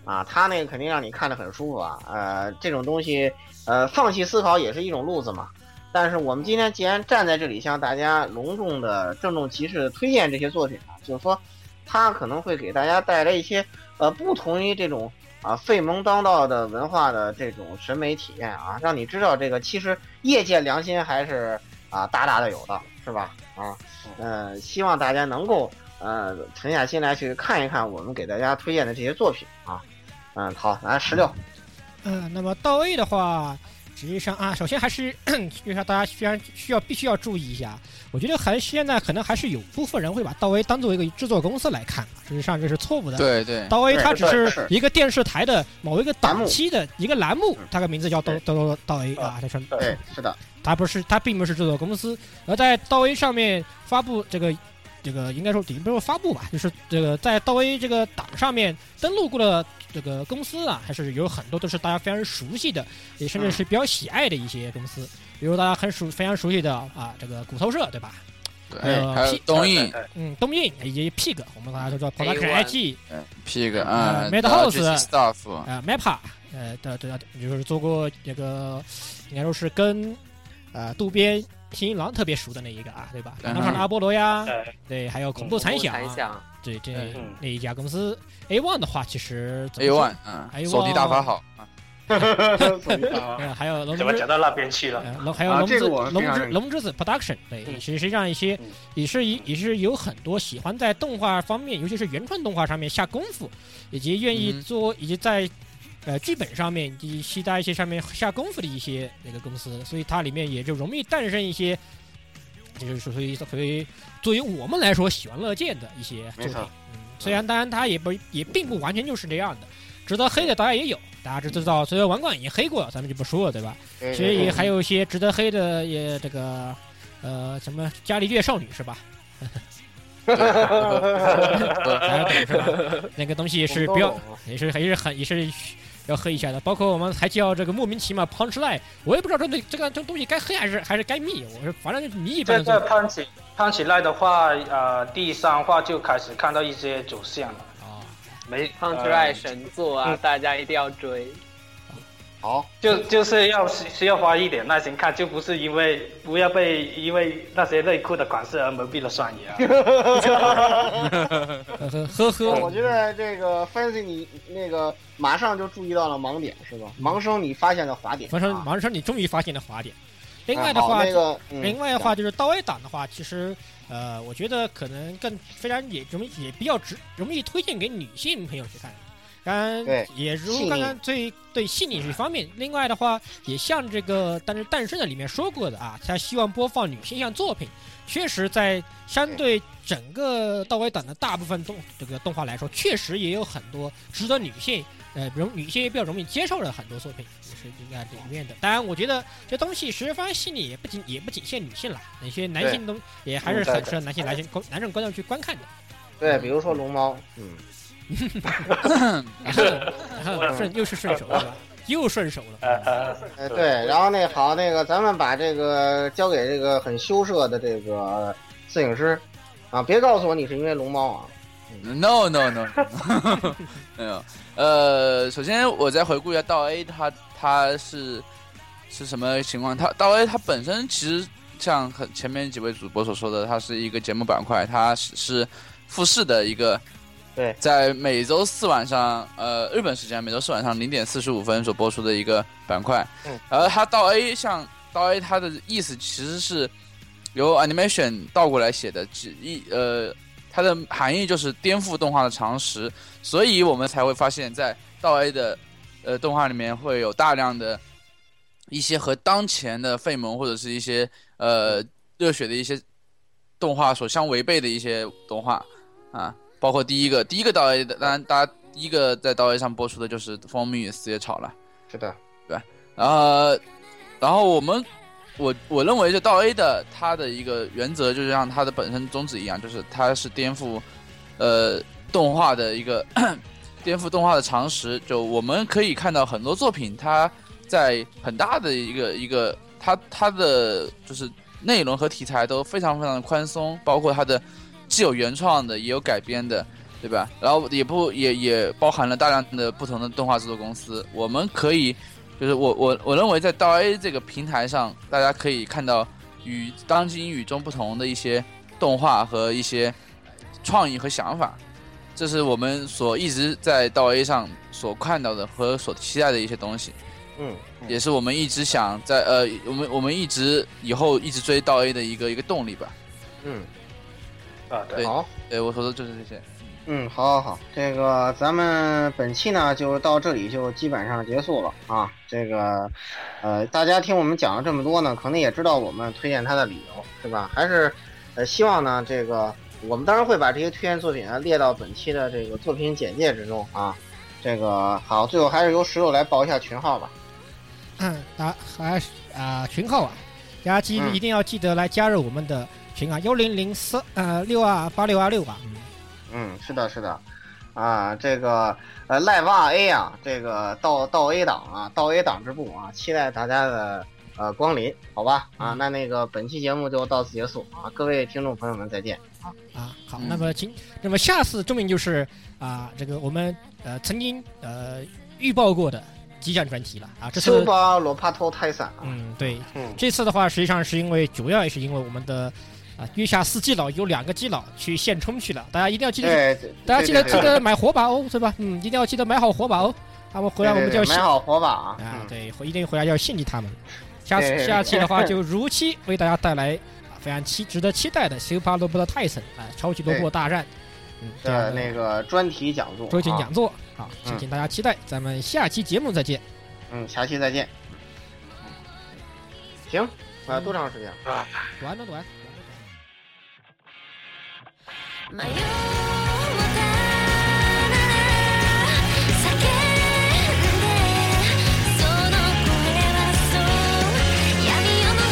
Speaker 1: 啊，他那个肯定让你看着很舒服啊，呃，这种东西，呃，放弃思考也是一种路子嘛。但是我们今天既然站在这里，向大家隆重的、郑重其事的推荐这些作品啊，就是说，它可能会给大家带来一些呃不同于这种啊费蒙当道的文化的这种审美体验啊，让你知道这个其实业界良心还是啊大大的有的，是吧？啊，呃，希望大家能够呃沉下心来去看一看我们给大家推荐的这些作品啊。嗯，好，来十六，
Speaker 2: 嗯，那么到位的话，实际上啊，首先还是 就是让大家虽然需要必须要注意一下，我觉得还是呢，可能还是有部分人会把到位当做一个制作公司来看，啊实际上这是错误的。
Speaker 3: 对对，
Speaker 2: 到 A
Speaker 1: 对
Speaker 2: 它只
Speaker 1: 对
Speaker 2: 是
Speaker 1: 是
Speaker 2: 一个电视台的某一个档期的一个栏目
Speaker 1: 嗯，
Speaker 2: 它的名字叫到
Speaker 1: 对
Speaker 2: 到到到 A
Speaker 5: 啊
Speaker 2: 啊，它是
Speaker 1: 嗯对，是的，
Speaker 2: 它不是它并不是制作公司，而在到 A 上面发布这个这个应该说也不是说发布吧，就是这个在到 A 这个档上面登录过的这个公司啊，还是有很多都是大家非常熟悉的，也甚至是比较喜爱的一些公司，比如大家很熟非常熟悉的啊这个骨头社对吧？
Speaker 1: 哎
Speaker 3: 对，还有
Speaker 1: 呃
Speaker 3: 东
Speaker 5: 对
Speaker 3: 映
Speaker 5: 对
Speaker 2: 嗯，东映以及 Pig，我们大家都知道 p r o
Speaker 4: A1
Speaker 2: d u c t IG
Speaker 3: Pig
Speaker 2: 呃
Speaker 3: 啊
Speaker 2: Madhouse
Speaker 3: Staff，
Speaker 2: 呃 MAPA 呃的的，就是做过这个，应该说是跟呃渡边新一郎特别熟的那一个啊，对吧？
Speaker 3: 嗯
Speaker 2: 刚上的阿波罗呀，
Speaker 1: 啊
Speaker 5: 对，
Speaker 2: 对，还有恐怖残响，啊对这
Speaker 5: 嗯
Speaker 2: 那一家公司 A One 的话，其实怎
Speaker 3: A
Speaker 2: 么说
Speaker 3: One 啊，索尼大法好啊，
Speaker 2: 呃还有龙之
Speaker 5: 怎么讲到那边去了？
Speaker 2: 呃，龙还有
Speaker 1: 啊
Speaker 2: 龙之、
Speaker 1: 这个我非
Speaker 2: 龙
Speaker 1: 常
Speaker 2: 之
Speaker 1: 认可
Speaker 2: 龙之子 Production，对，
Speaker 5: 嗯
Speaker 2: 实际上一些
Speaker 5: 嗯
Speaker 2: 也是一也是有很多喜欢在动画方面，尤其是原创动画上面下功夫，以及愿意
Speaker 3: 嗯
Speaker 2: 做，以及在呃剧本上面以及其他一些上面下功夫的一些那个公司，所以它里面也就容易诞生一些，这就是属于属于作为我们来说喜闻乐见的一些作
Speaker 1: 没
Speaker 2: 品
Speaker 1: 错。
Speaker 2: 嗯，虽然当然它也不也并不完全就是这样的，值得黑的导演也有，大
Speaker 1: 嗯
Speaker 2: 家都知道，虽然网管已经黑过，咱们就不说了，对吧？
Speaker 1: 对
Speaker 2: 其
Speaker 1: 对
Speaker 2: 实
Speaker 1: 哎对
Speaker 2: 也还有一些值得黑的，也这个呃什么伽利略少女是吧？大家懂是吧？那个东西是
Speaker 1: 我
Speaker 2: 不
Speaker 1: 们都
Speaker 2: 要
Speaker 1: 懂，啊
Speaker 2: 也是还是很也是要黑一下的。包括我们还叫这个莫名其妙 punch line，我也不知道这这个这东西该黑还是还是该密，我是反正就是迷一般
Speaker 5: 这
Speaker 2: 的东
Speaker 5: 个
Speaker 2: 西。
Speaker 5: 胖起胖起来的话，呃，第三话就开始看到一些走向了。
Speaker 2: 啊，
Speaker 5: 没，
Speaker 4: 《Hunter I》神作啊，
Speaker 5: 嗯
Speaker 4: 大家一定要追。
Speaker 1: 好，
Speaker 5: 就就是要需需要花一点耐心看，就不是因为不要被因为那些内裤的款式而蒙蔽了双眼啊。
Speaker 2: 呵呵呵
Speaker 1: 那我
Speaker 2: 呵，
Speaker 1: 觉得这个 Fancy 你那个马上就注意到了盲点是吧？盲生你发现了滑点，
Speaker 2: 王生
Speaker 1: 啊
Speaker 2: 王生，你终于发现了滑点。另
Speaker 1: 哎
Speaker 2: 外的
Speaker 1: 好
Speaker 2: 话，
Speaker 1: 那个嗯
Speaker 2: 另外的话就是到位档的话，其实呃，我觉得可能更非常也容易也比较直容易推荐给女性朋友去看。当然
Speaker 1: 对，
Speaker 2: 也如
Speaker 1: 细
Speaker 2: 刚
Speaker 1: 腻
Speaker 2: 刚最对细腻是一方面，另外的话，也像这个《但是诞生》的里面说过的啊，他希望播放女性向作品，确实在相对整个到位档的大部分动这个动画来说，确实也有很多值得女性呃容女性也比较容易接受的很多作品，也是应该里面的。当然，我觉得这东西十分细腻，也不仅也不仅限女性啦，那些男性都也还
Speaker 1: 嗯
Speaker 2: 是
Speaker 1: 对
Speaker 2: 很适合男性、男性观男性观众去观看的。
Speaker 1: 对，比如说龙猫，嗯，
Speaker 2: 然后，然后 顺又是顺手了，又顺手了。
Speaker 5: 呃呃，
Speaker 1: 呃对，然后那好，那个咱们把这个交给这个很羞涩的这个摄影师啊，别告诉我你是因为龙猫啊，
Speaker 3: No no no，no. 没有。呃，首先我再回顾一下道 A，它它是是什么情况？它道 A 它本身其实像很前面几位主播所说的，它是一个节目板块，它是是复试的一个。
Speaker 1: 对
Speaker 3: 在每周四晚上，呃，日本时间每周四晚上零点四十五分所播出的一个板块。
Speaker 1: 嗯。
Speaker 3: 而它道 A 像道 A 它的意思其实是由 animation 倒过来写的，只一呃它的含义就是颠覆动画的常识，所以我们才会发现，在道 A 的呃动画里面会有大量的呃一些和当前的费蒙或者是一些呃热血的一些动画所相违背的一些动画啊，包括第一个第一个道 A 的，当然大家第一个在道 A 上播出的就是《蜂蜜与四叶草》了。
Speaker 1: 是的，
Speaker 3: 呃，然后我们，我我认为这道 A 的它的一个原则，就是像它的本身宗旨一样，就是它是颠覆，呃，动画的一个 颠覆动画的常识。就我们可以看到很多作品，它在很大的一个一个它它的就是内容和题材都非常非常的宽松，包括它的既有原创的，也有改编的。对吧？然后也不也也包含了大量的不同的动画制作公司，我们可以就是我我我认为在道 A 这个平台上，大家可以看到与当今与众不同的一些动画和一些创意和想法，这是我们所一直在道 A 上所看到的和所期待的一些东西，
Speaker 1: 嗯，
Speaker 3: 也是我们一直想在呃我们我们一直以后一直追道 A 的一个一个动力吧。
Speaker 1: 嗯，
Speaker 5: 啊对，
Speaker 3: 对
Speaker 1: 好。
Speaker 3: 对我说的就是这些。
Speaker 1: 嗯，好，好，好，这个咱们本期呢就到这里就基本上结束了啊。这个，呃，大家听我们讲了这么多呢，可能也知道我们推荐它的理由，对吧？还是，呃，希望呢这个我们当然会把这些推荐作品啊列到本期的这个作品简介之中啊。这个好，最后还是由石榴来报一下群号吧。
Speaker 2: 嗯，啊，还是啊群号啊，大家记
Speaker 1: 嗯
Speaker 2: 一定要记得来加入我们的群啊，幺零零四呃六二八六二六啊。嗯
Speaker 1: 嗯，是的，是的，啊，这个呃，Live A 啊，这个到到 A 档啊，到 A 档之部啊，期待大家的呃光临，好吧？
Speaker 2: 嗯
Speaker 1: 啊，那那个本期节目就到此结束啊，各位听众朋友们再见。
Speaker 2: 啊，好，
Speaker 3: 嗯
Speaker 2: 那么今那么下次证明就是啊，这个我们呃曾经呃预报过的激战专题了啊，这
Speaker 1: 秋
Speaker 2: 次
Speaker 1: 巴罗帕托泰森啊，
Speaker 2: 嗯对，
Speaker 5: 嗯，
Speaker 2: 这次的话实际上是因为主要也是因为我们的啊月下四季老有两个季老去现充去了，大家一定要记得，
Speaker 1: 对，
Speaker 2: 嗯大家
Speaker 1: 对
Speaker 2: 记得
Speaker 1: 对
Speaker 2: 记
Speaker 1: 对
Speaker 2: 得买火把哦，对吧？嗯，一定要记得买好火把哦，他们回来我们就要
Speaker 1: 对对对
Speaker 2: 信
Speaker 1: 买好火把啊，
Speaker 2: 啊
Speaker 1: 嗯，
Speaker 2: 对，回一定回来要献祭他们。下
Speaker 1: 对
Speaker 2: 次
Speaker 1: 对
Speaker 2: 下期 的话就如期为大家带来啊非常期值得期待的 Super 萝卜的泰森啊超级萝卜大战。嗯，
Speaker 1: 的
Speaker 2: 对，
Speaker 1: 那个专题讲座，
Speaker 2: 周瑾
Speaker 1: 啊
Speaker 2: 讲座啊，敬请大家期待，咱们下期节目再见。
Speaker 1: 嗯，下期再见。行，啊，多长时间？
Speaker 2: 短短短。
Speaker 6: 迷うもたな叫んでその声はそう闇夜の腹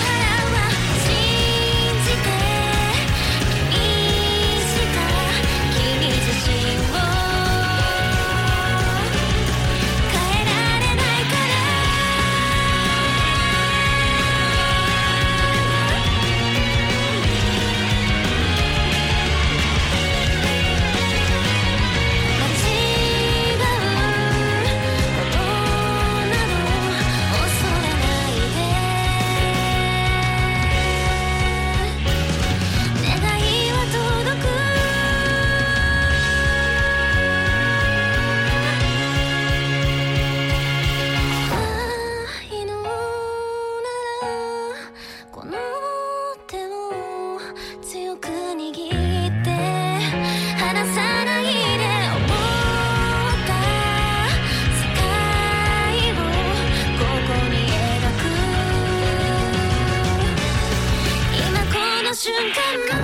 Speaker 6: は信じて君しか君自身を変えられないから間違うことなど思い出せないで願いは届く愛のならこの手を強く握って離さないで思った世界をここに描く今この瞬間も